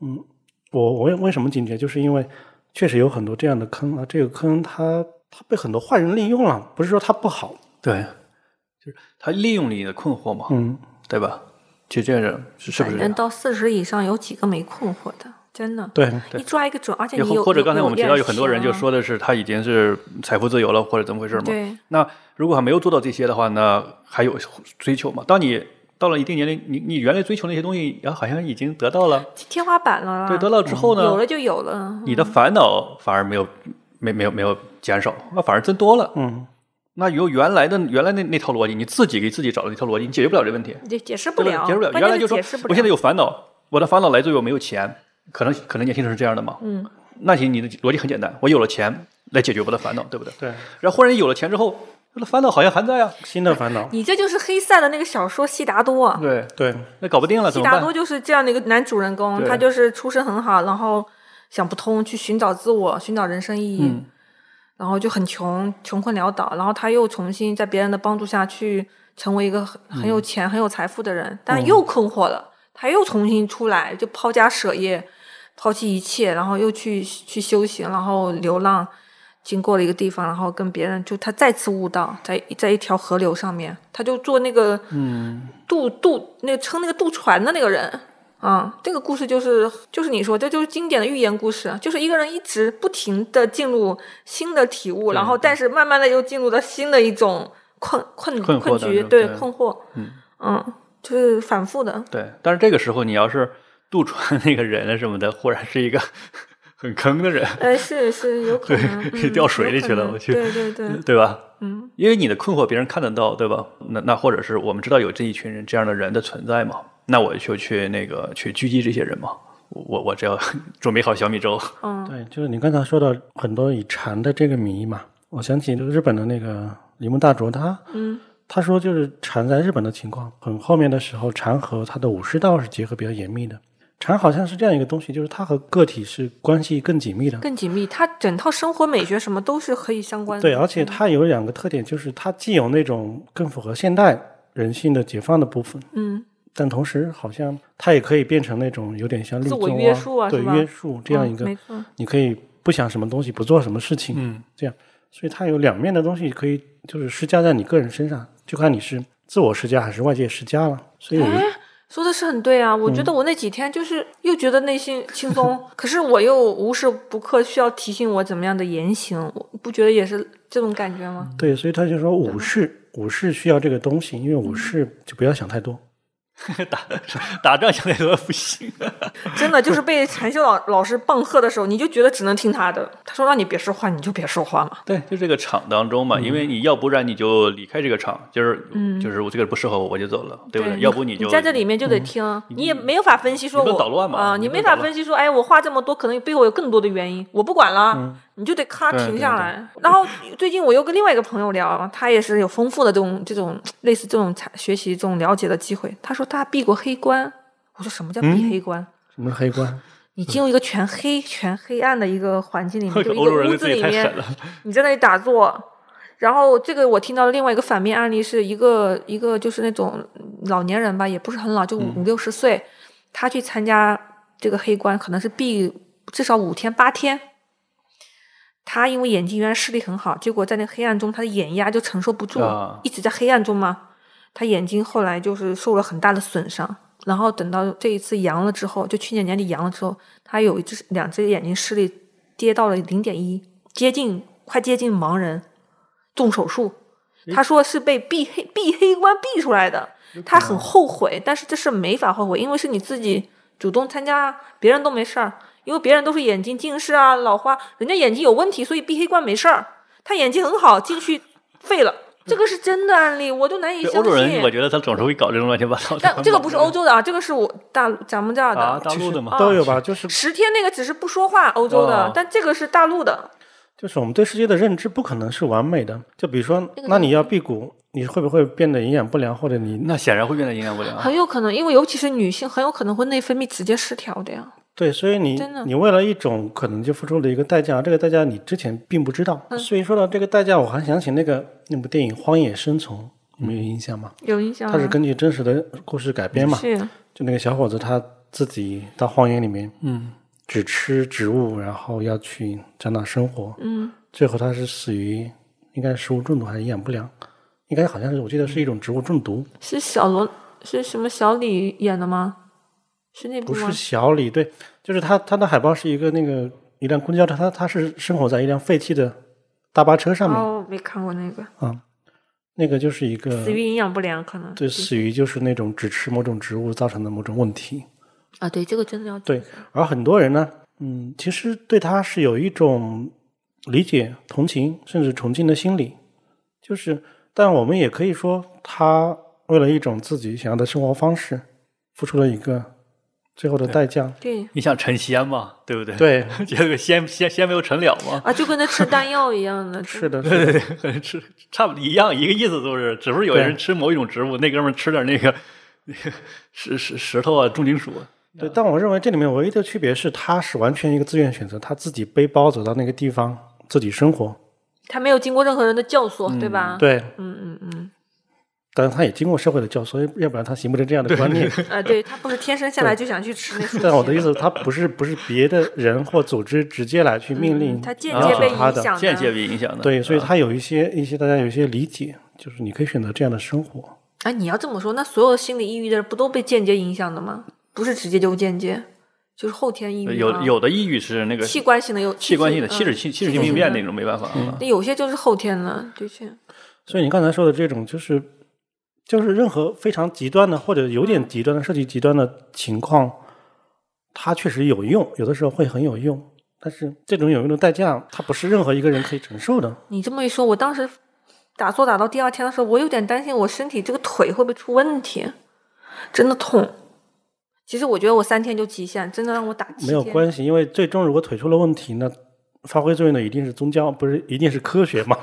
嗯，我我为为什么警觉，就是因为确实有很多这样的坑啊，这个坑它它被很多坏人利用了，不是说它不好，对，就是他利用你的困惑嘛，嗯，对吧？就这样人是是不是反这正样？到四十以上有几个没困惑的，真的。对，你抓一个准，而且也你有啊或或者刚才我们提到有很多人就，有说的是他已经是财富自由了，或者怎么回事嘛？练习啊那如果还没有做到这些的话，那还有追求吗？当你到了一定年龄，你你原来追求那些东西，然后好像已经得到了，对，天花板了啦。对，得到之后呢，啊有了嗯就有了，你的烦恼反而没有没没有没有减少，那反而增多了。嗯，那由原来的原来那那套逻辑，你自己给自己找的一套逻辑，你解决不了这问题，解解释不对吧了，解决不了。关键原来是就说解释不了。我现在有烦恼，我的烦恼来自于我没有钱，可能可能年轻人是这样的嘛。嗯，那行，你的逻辑很简单，我有了钱来解决我的烦恼，对不对？对，然后忽然有了钱之后，我的烦恼好像还在啊。新的烦恼，你这就是黑塞的那个小说《悉达多》。对，对，那搞不定了哦悉怎么达多办？就是这样的一个男主人公，对他就是出身很好，然后想不通，去寻找自我，寻找人生意义，嗯然后就很穷，穷困潦倒，然后他又重新在别人的帮助下去成为一个很很嗯有钱、很有财富的人，但又困惑了，他又重新出来，就抛家舍业，抛弃一切，然后又去去修行，然后流浪。经过了一个地方，然后跟别人就他再次悟道，在在一条河流上面，他就做那个嗯，渡渡那个撑那个渡船的那个人啊，这个故事就是就是你说这就是经典的寓言故事，啊就是一个人一直不停的进入新的体悟，然后但是慢慢的又进入了新的一种困困困惑困当局，中对困惑，嗯就是反复的，对。但是这个时候，你要是渡船那个人什么的，忽然是一个 很坑的人，哎，是是有可能、对嗯、掉水里有可去了能我去对对对，对吧？嗯，因为你的困惑别人看得到，对吧？那那或者是我们知道有这一群人这样的人的存在嘛？那我就去那个去狙击这些人嘛。我我只要 准备好小米粥，嗯对，就是你刚才说的很多以禅的这个名义嘛，我想起日本的那个铃木大拙，他嗯他说就是禅在日本的情况，很后面的时候，禅和他的武士道是结合比较严密的。禅好像是这样一个东西，就是它和个体是关系更紧密的，更紧密，它整套生活美学什么都是可以相关的，对，而且它有两个特点，就是它既有那种更符合现代人性的解放的部分，嗯但同时好像它也可以变成那种有点像律自宗我约束啊对是吧约束这样一个嗯、没错，你可以不想什么东西，不做什么事情，嗯，这样，所以它有两面的东西可以就是施加在你个人身上，就看你是自我施加还是外界施加了。所以哎我觉得，说的是很对啊，我觉嗯得我那几天就是又觉得内心轻松，可是我又无时不刻需要提醒我怎么样的言行，我不觉得也是这种感觉吗？ 嗯对，所以他就说武士，武士需要这个东西，因为武士就不要想太多，打打仗相对来说不行。真的就是被禅修老老师棒喝的时候，你就觉得只能听他的。他说让你别说话，你就别说话嘛。 对，就这个场当中嗯嘛，因为你要不然你就离开这个场，就是、就是我这个不适合我，我就走了，对不对？要不你就嗯在这 里面就得听，你也没有法分析说你不能我捣乱嘛啊、你你不没能捣法乱分析说，哎，我话这么多，可能背后有更多的原因，我不管了，你就得咔嗯对停对下对来。然后最近我又跟另外一个朋友聊，他也是有丰富的这种这种类似这种产学习这种了解的机会。他说他避过黑关，我说什么叫嗯避黑关？什么黑官？你进入一个全黑、全黑暗的一个环境里 面，就一欧洲个人屋对子自己里太面狠，了，你在那里打坐。然后这个我听到的另外一个反面案例是一个一个就是那种老年人吧，也不是很老，就五五六十岁，他去参加这个黑关，可能是闭至少五天八天。他因为眼睛原来视力很好，结果在那黑暗中他的眼压就承受不住，啊一直在黑暗中嘛，他眼睛后来就是受了很大的损伤。然后等到这一次阳了之后，就去年年底阳了之后，他有一只两只眼睛视力跌到了零点一，接近快接近盲人，动手术。他说是被闭黑闭黑关闭出来的，他很后悔，但是这事没法后悔，因为是你自己主动参加，别人都没事儿，因为别人都是眼睛近视啊、老花，人家眼睛有问题，所以闭黑关没事儿，他眼睛很好，进去废了。这个是真的案例，我都难以对相欧信。洲人我觉得他总是会搞这种乱七八糟的。但这个不是欧洲的啊，这个是我大陆咱们这儿的。啊，大陆的嘛，都有哦吧？就是十天那个只是不说话，欧洲的，哦啊但这个是大陆的。就是我们对世界的认知不可能是完美的。就比如说，那你要辟谷，你会不会变得营养不良，或者你那显然会变得营养不良。很有可能，因为尤其是女性，很有可能会内分泌直接失调的呀。对？所以你真的你为了一种可能就付出了一个代价，这个代价你之前并不知道。嗯所以说到这个代价，我还想起那个那部电影《荒野生存》，你们有印象吗？有影响、啊。它是根据真实的故事改编嘛？是就那个小伙子他自己到荒野里面，嗯，只吃植物，然后要去找到生活，嗯，最后他是死于应该是食物中毒还是营养不良，应该好像是我记得是一种植物中毒，是小罗是什么小李演的吗？是那部不吗是？小李，对，就是他他的海报是一个那个一辆公交车，他他是生活在一辆废弃的大巴车上面，哦，没看过那个。那个就是一个死于营养不良可能。呃对死于就是那种只吃某种植物造成的某种问题，啊，对，这个真的要对，而很多人呢，嗯，其实对他是有一种理解、同情甚至崇敬的心理，就是，但我们也可以说，他为了一种自己想要的生活方式，付出了一个最后的代价。对你想成仙嘛，对不对？， 对，结果仙仙仙没有成了嘛，啊，就跟那 吃丹药一样的。是的，对对对，吃差不多一样，一个意思都是，只不过有对人吃某一种植物，那哥们儿吃点那个那个石石石头啊，重金属啊。对。但我认为这里面唯一的区别是，他是完全一个自愿选择，他自己背包走到那个地方，自己生活。他没有经过任何人的教唆，对吧？对，嗯嗯但是他也经过社会的教唆，要不然他形不成这样的观念。嗯，啊，对他不是天生下来就想去吃那蔬 但我的菜意思，他不是不是别的人或组织直接来去命令嗯他间你接去被他影的，响间接的。被影响的。对，所以啊他有一些一些大家有一些理解，就是你可以选择这样的生活。哎，你要这么说，那所有心理抑郁的人不都被间接影响的吗？不是直接就是间接，就是后天抑郁吗。有有的抑郁是那嗯个啊器官性的有器官性的，嗯器质性器质性病变那的嗯种没办法啊。那有些就是后天的，的确，所以你刚才说的这种，就是就是任何非常极端的或者有点极端的涉及极端的情况，它确实有用，有的时候会很有用。但是这种有用的代价，它不是任何一个人可以承受的。你这么一说，我当时打坐打到第二天的时候，我有点担心我身体这个腿会不会出问题，真的痛。其实我觉得我三天就极限，真的让我打七没有天关系，因为最终如果腿出了问题，那发挥作用的一定是宗教，不是一定是科学嘛？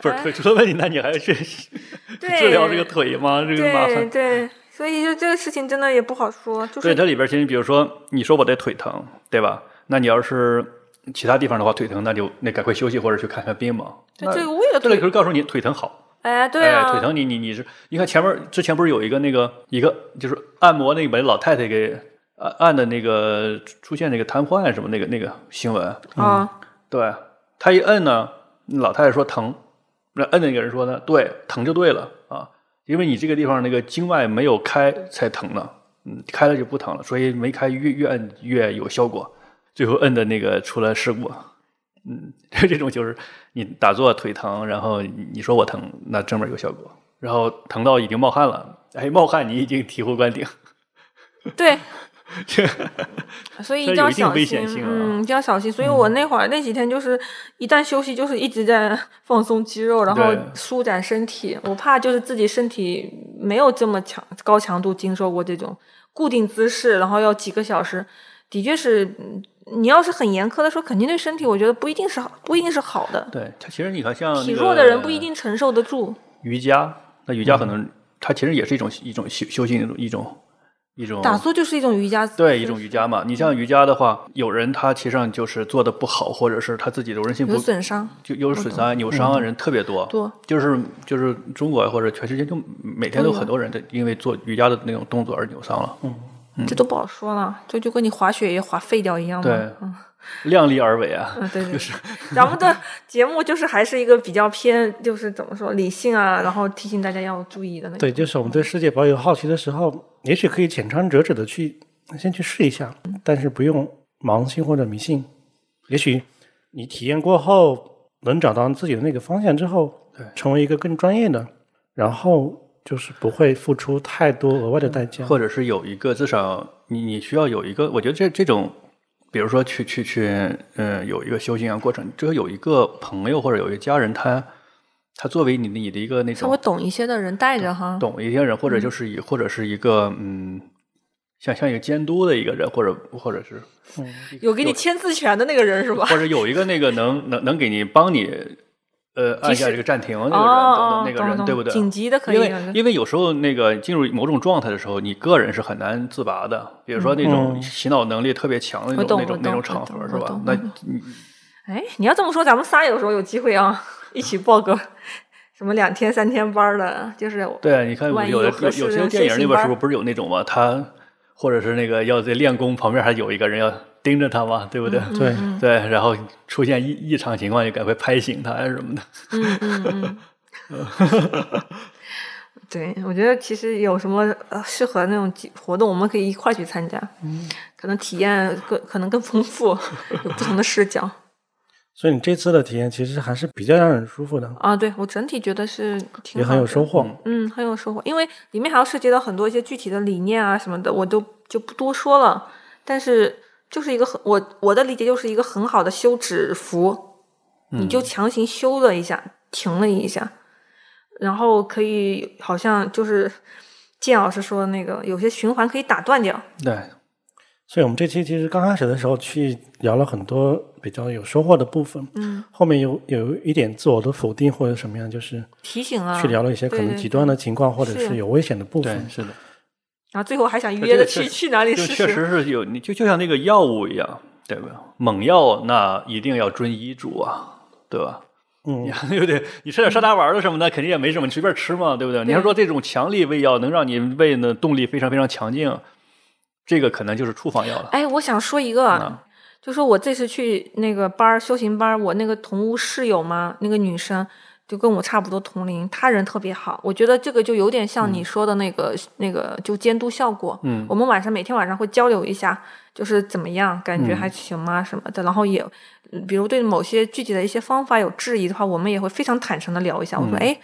不是腿出了问题，那你还要去 对治疗这个腿吗？这个麻对烦。对，所以就这个事情真的也不好说，就对，是这里边其实比如说你说我这腿疼，对吧？那你要是其他地方的话腿疼，那就那赶快休息或者去看看病嘛。对这个为了这里腿，可是告诉你腿疼好，哎，对啊，哎，腿疼你你你是，你看前面儿之前不是有一个那个一个就是按摩那个把老太太给按按的那个出现那个瘫痪啊什么那个那个新闻，嗯啊，对他一摁呢，老太太说疼，那摁那个人说呢，对，疼就对了啊，因为你这个地方那个经脉没有开才疼呢，嗯，开了就不疼了，所以没开越越摁越有效果，最后摁的那个出了事故， 嗯，这种就是你打坐腿疼，然后你说我疼，那正面有效果，然后疼到已经冒汗了，哎，冒汗你已经醍醐灌顶， 对，所以一定这有要一定小危心险，性啊嗯，一定要小心。所以我那会儿那几天就是一旦休息，就是一直在 放松肌肉，然后对舒展身体。我怕就是自己身体没有这么强高强度经受过这种固定姿势，然后要几个小时，的确是。嗯你要是很严苛的说，肯定对身体，我觉得不一定是好，不一定是好的。对，它其实你看像、那个、哦体弱的人不一定承受得住。瑜伽，那瑜伽嗯可能它其实也是一种一种修修行的一种一种打坐就是一嗯种瑜伽姿势，对一种瑜伽嘛。你像瑜伽的话，有人他其实上就是做的不好，或者是他自己柔韧性不有损伤，就有损伤、有伤的人特别多，多就是就是中国或者全世界就每天都很多人在因为做瑜伽的那种动作而扭伤嗯了，这都不好说了，就就跟你滑雪也滑废掉一样嘛。对嗯，量力而为啊。嗯，对对，就是 咱们的节目就是还是一个比较偏，就是怎么说理性啊，然后提醒大家要注意的那对，种。就是我们对世界保有好奇的时候，也许可以浅尝辄止的去先去试一下，但是不用盲信或者迷信。也许你体验过后，能找到自己的那个方向之后，对成为一个更专业的，然后就是不会付出太多额外的代嗯价。或者是有一个至少你你需要有一个，我觉得这这种，比如说去去去，呃，有一个修行啊过程，只要有一个朋友或者有一个家人，他他作为你的你的一个那稍微种懂一些的人带着哈，懂一些人，或者就是以、或者是一个嗯，像像一个监督的一个人，或者或者是有给你签字权的那个人是吧？ 或者有一个那个能能能给你帮你呃按一下这个暂停哦那个人等等那个人对不对？紧急的可以，啊因为因为有时候那个进入某种状态的时候，你个人是很难自拔的。比如说那种嗯洗脑能力特别强的那我懂种、那种我懂那种场合我懂是我吧懂？那我懂哎，你要这么说，咱们仨有时候有机会啊，一起报个什么两天三天班儿的，就是对，啊你看万一有的有合有适有的些电影里休息边班是不是不是有那种嘛？他或者是那个要在练功旁边还有一个人要盯着他嘛，对不对？嗯 对，对，然后出现异异常情况就赶快拍醒他什么的。嗯嗯嗯，对，我觉得其实有什么呃适合那种集活动，我们可以一块儿去参加，可能体验更可能更丰富，有不同的视角所以你这次的体验其实还是比较让人舒服的，啊。对我整体觉得是挺也很好有的收获。嗯，很有收获，因为里面还要涉及到很多一些具体的理念啊什么的，我都就不多说了。但是就是一个很我我的理解就是一个很好的休止符，你嗯就强行休了一下，停了一下，然后可以好像就是建老师说的那个，有些循环可以打断掉。对，所以我们这期其实刚开始的时候去聊了很多比较有收获的部分，嗯，后面有有一点自我的否定或者什么样，就是提醒啊，去聊了一些可对能对极端的情况或者是是有危险的部对分，。是的。然后最后还想这约个着确去实去哪里就试试，确实是有，你就就像那个药物一样，对吧？猛药那一定要遵医嘱啊，对吧？嗯，对不对？你 吃点沙拉丸儿什么的，肯定也没什么，你随便吃嘛，对不对？你要说这种强力胃药能让你胃呢动力非常非常强劲，这个可能就是处方药了。 哎，我想说一个，嗯就说我这次去那个班儿修行班儿，我那个同屋室友嘛，那个女生就跟我差不多同龄，她人特别好，我觉得这个就有点像你说的那个、那个就监督效果。嗯我们晚上每天晚上会交流一下，就是怎么样，感觉嗯还行吗什么的，然后也嗯比如对某些具体的一些方法有质疑的话，我们也会非常坦诚的聊一下。我说，嗯哎。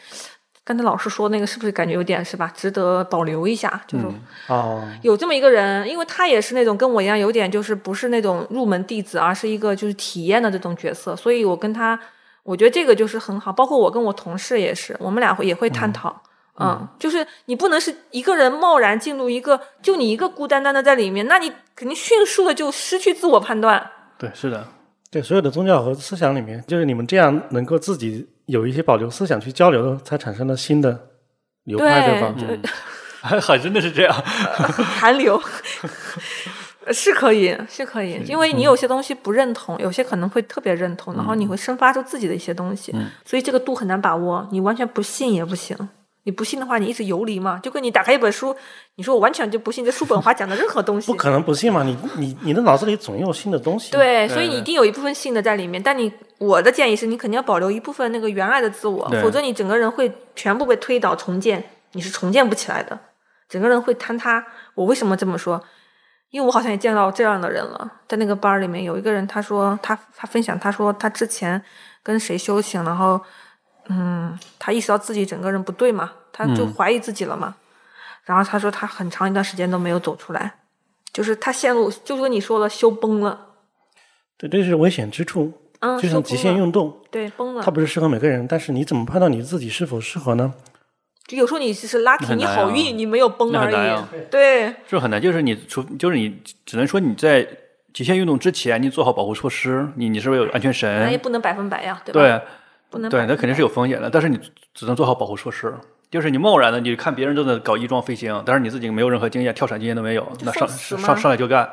刚才老师说那个是不是感觉有点是吧？值得保留一下，就是嗯哦，有这么一个人，因为他也是那种跟我一样，有点就是不是那种入门弟子，而是一个就是体验的这种角色，所以我跟他，我觉得这个就是很好。包括我跟我同事也是，我们俩会也会探讨。嗯就是你不能是一个人贸然进入一个，就你一个孤单单的在里面，那你肯定迅速的就失去自我判断。对，是的，对，所有的宗教和思想里面，就是你们这样能够自己有一些保留思想去交流的，才产生了新的流派，对对吧？嗯就，还还真的是这样。 韩流是可以，是可以，因为嗯你有些东西不认同，有些可能会特别认同，然后你会生发出自己的一些东西，嗯所以这个度很难把握。你完全不信也不行，你不信的话，你一直游离嘛，就跟你打开一本书，你说我完全就不信这叔本华讲的任何东西不，可能不信嘛，你你你的脑子里总有新的东西。，对，所以你对一定有一部分信的在里面，但你我的建议是你肯定要保留一部分那个原来的自我对，否则你整个人会全部被推倒重建，你是重建不起来的，整个人会坍塌。我为什么这么说？因为我好像也见到这样的人了，在那个班儿里面有一个人，他说他他分享，他说他之前跟谁修行，然后嗯，他意识到自己整个人不对嘛，他就嗯怀疑自己了嘛。然后他说他很长一段时间都没有走出来，就是他陷入，就跟你说了，修崩了，对，这是危险之处。嗯，就修像崩极限了嗯运动，对崩它了。不是适合每个人，但是你怎么判断你自己是否适 合呢？就有时候你其实那 lucky，很你难好啊运，你没有崩那而很难已。啊对这很难，就是你除就是你只能说你在极限运动之前，你做好保护措施，你你是不是有安全那也绳？不能百分百哎呀，对吧？哎对，不能对，百那分肯定是有风险的，但是你只能做好保护措施。就是你贸然的，你看别人都在搞翼装飞行，但是你自己没有任何经验，跳伞经验都没有，那上送死上吗上上来就干，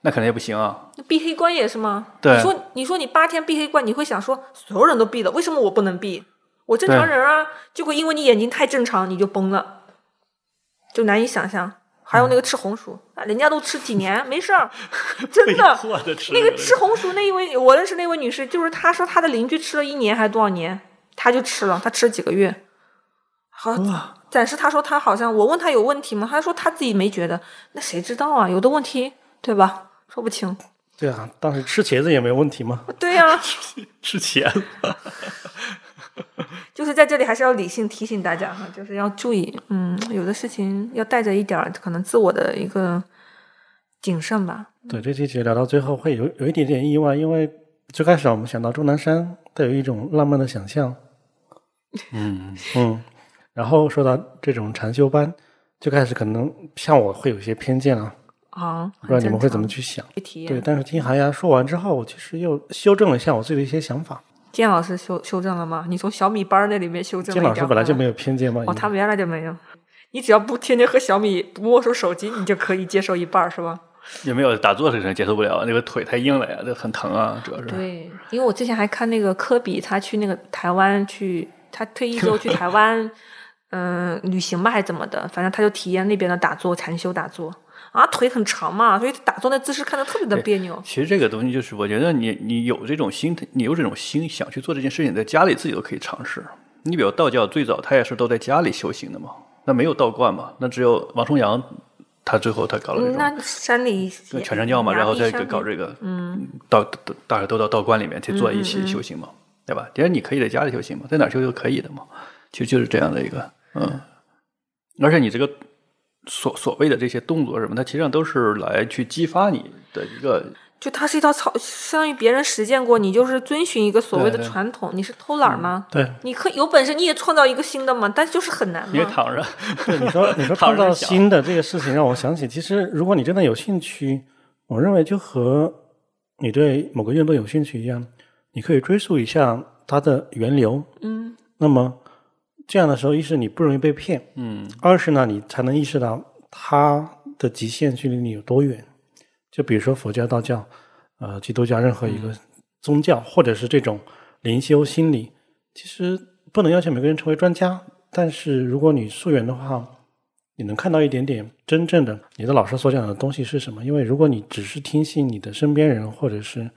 那肯定也不行啊。那闭黑关也是吗？对你说你说你八天闭黑关，你会想说所有人都闭了，为什么我不能闭？我正常人啊，结果因为你眼睛太正常，你就崩了，就难以想象。还嗯有那个吃红薯，啊，人家都吃几年没事儿，真 的。的吃那个吃红薯那一位，我认识那位女士，就是她说她的邻居吃了一年还是多少年，她就吃了，她吃了几个月。好，暂时她说她好像，我问她有问题吗？她说她自己没觉得，那谁知道啊？有的问题对吧？说不清。对啊，当时吃茄子也没问题嘛。对呀、 吃茄子，就是在这里还是要理性提醒大家哈，就是要注意，嗯，有的事情要带着一点儿可能自我的一个谨慎吧。对，这期节聊到最后会有有一点点意外，因为最开始我们想到钟南山，带有一种浪漫的想象，嗯，嗯，然后说到这种禅修班，最开始可能像我会有一些偏见啊，啊，不知道你们会怎么去想。去体对，验？但是听韩牙说完之后，我其实又修正了一下我自己的一些想法。建老师修修正了吗？你从小米班儿那里面修正了金一点老儿师本来就吗没有偏见嘛，哦，他们原来就没有。你只要不天天和小米不没收手机，你就可以接受一半儿，是吧？也没有打坐这个人接受不了，那个腿太硬了呀，那很疼啊，主要是。对，因为我之前还看那个科比，他去那个台湾去，他退役之后去台湾，嗯、旅行吧还是怎么的，反正他就体验那边的打坐禅修打坐啊，腿很长嘛，所以打坐那姿势看着特别的别扭。其实这个东西就是，我觉得你你有这种心，你有这种心想去做这件事情，在家里自己都可以尝试。你比如道教最早他也是都在家里修行的嘛，那没有道观嘛，那只有王重阳他最后他搞了这嗯，种。那山里对全真教嘛，然后再搞这个，嗯，到到大家都到道观里面去做一起修行嘛，对吧？其实你可以在家里修行嘛，在哪儿修都可以的嘛，其实就是这样的一个，嗯，而且你这个所所谓的这些动作什么，它其实上都是来去激发你的一个，就它是一套操，相当于别人实践过，你就是遵循一个所谓的对对传统，你是偷懒儿吗？对，你可以有本事你也创造一个新的嘛，但就是很难你也嘛。躺着，对你 说你说躺创着造想新的这个事情，让我想起，其实如果你真的有兴趣，我认为就和你对某个运动有兴趣一样，你可以追溯一下它的源流。嗯，那么这样的时候，一是你不容易被骗，嗯，二是呢，你才能意识到它的极限距离你有多远。就比如说佛教、道教，呃，基督教任何一个宗教，或者是这种灵修心理，其实不能要求每个人成为专家，但是如果你溯源的话，你能看到一点点真正的你的老师所讲的东西是什么。因为如果你只是听信你的身边人或者是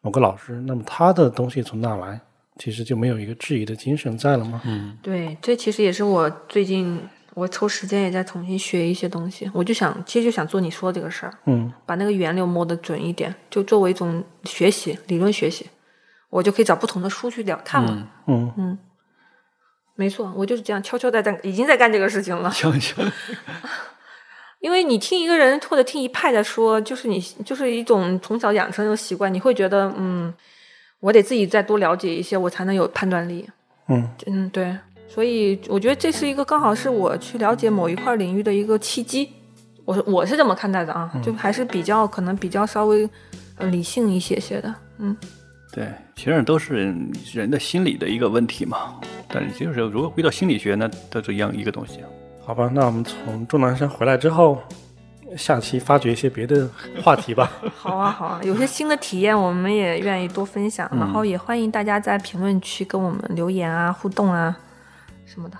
某个老师，那么他的东西从哪来，其实就没有一个质疑的精神在了嘛。对，这其实也是我最近我抽时间也在重新学一些东西，我就想，其实就想做你说这个事儿，嗯把那个源流摸得准一点，就作为一种学习，理论学习，我就可以找不同的书去聊看了。嗯没错，我就是这样悄悄在干，已经在干这个事情了。 想想，因为你听一个人或者听一派的说，就是你就是一种从小养成的习惯，你会觉得嗯，我得自己再多了解一些，我才能有判断力。嗯，嗯，对，所以我觉得这是一个刚好是我去了解某一块领域的一个契机，我是我是这么看待的啊，就还是比较可能比较稍微呃理性一些些的，嗯，对，其实上都是人的心理的一个问题嘛。但是就是如果回到心理学，那都是一样一个东西。啊好吧，那我们从钟南山回来之后，下期发掘一些别的话题吧。好啊好啊，有些新的体验我们也愿意多分享，然后也欢迎大家在评论区跟我们留言啊、互动啊什么的。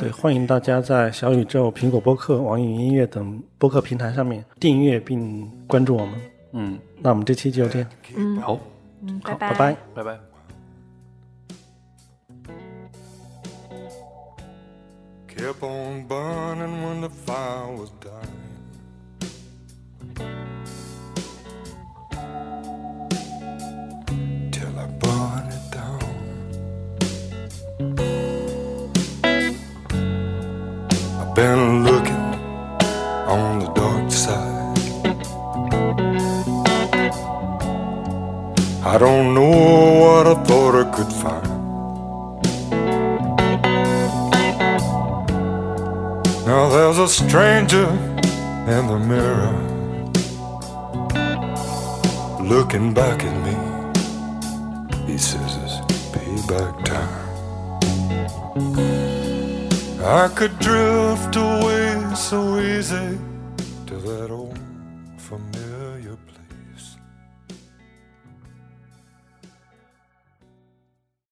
对，欢迎大家在小宇宙、苹果播客、网易云音乐等播客平台上面订阅并关注我们。嗯，那我们这期就这样，好，嗯，好，拜拜拜。拜拜。 Kept on burning when the fire was dying. Till I burned it down. I don't know what I thought I could find. Now there's a stranger in the mirror looking back at me. He says it's payback time. I could drift away so easy to that old.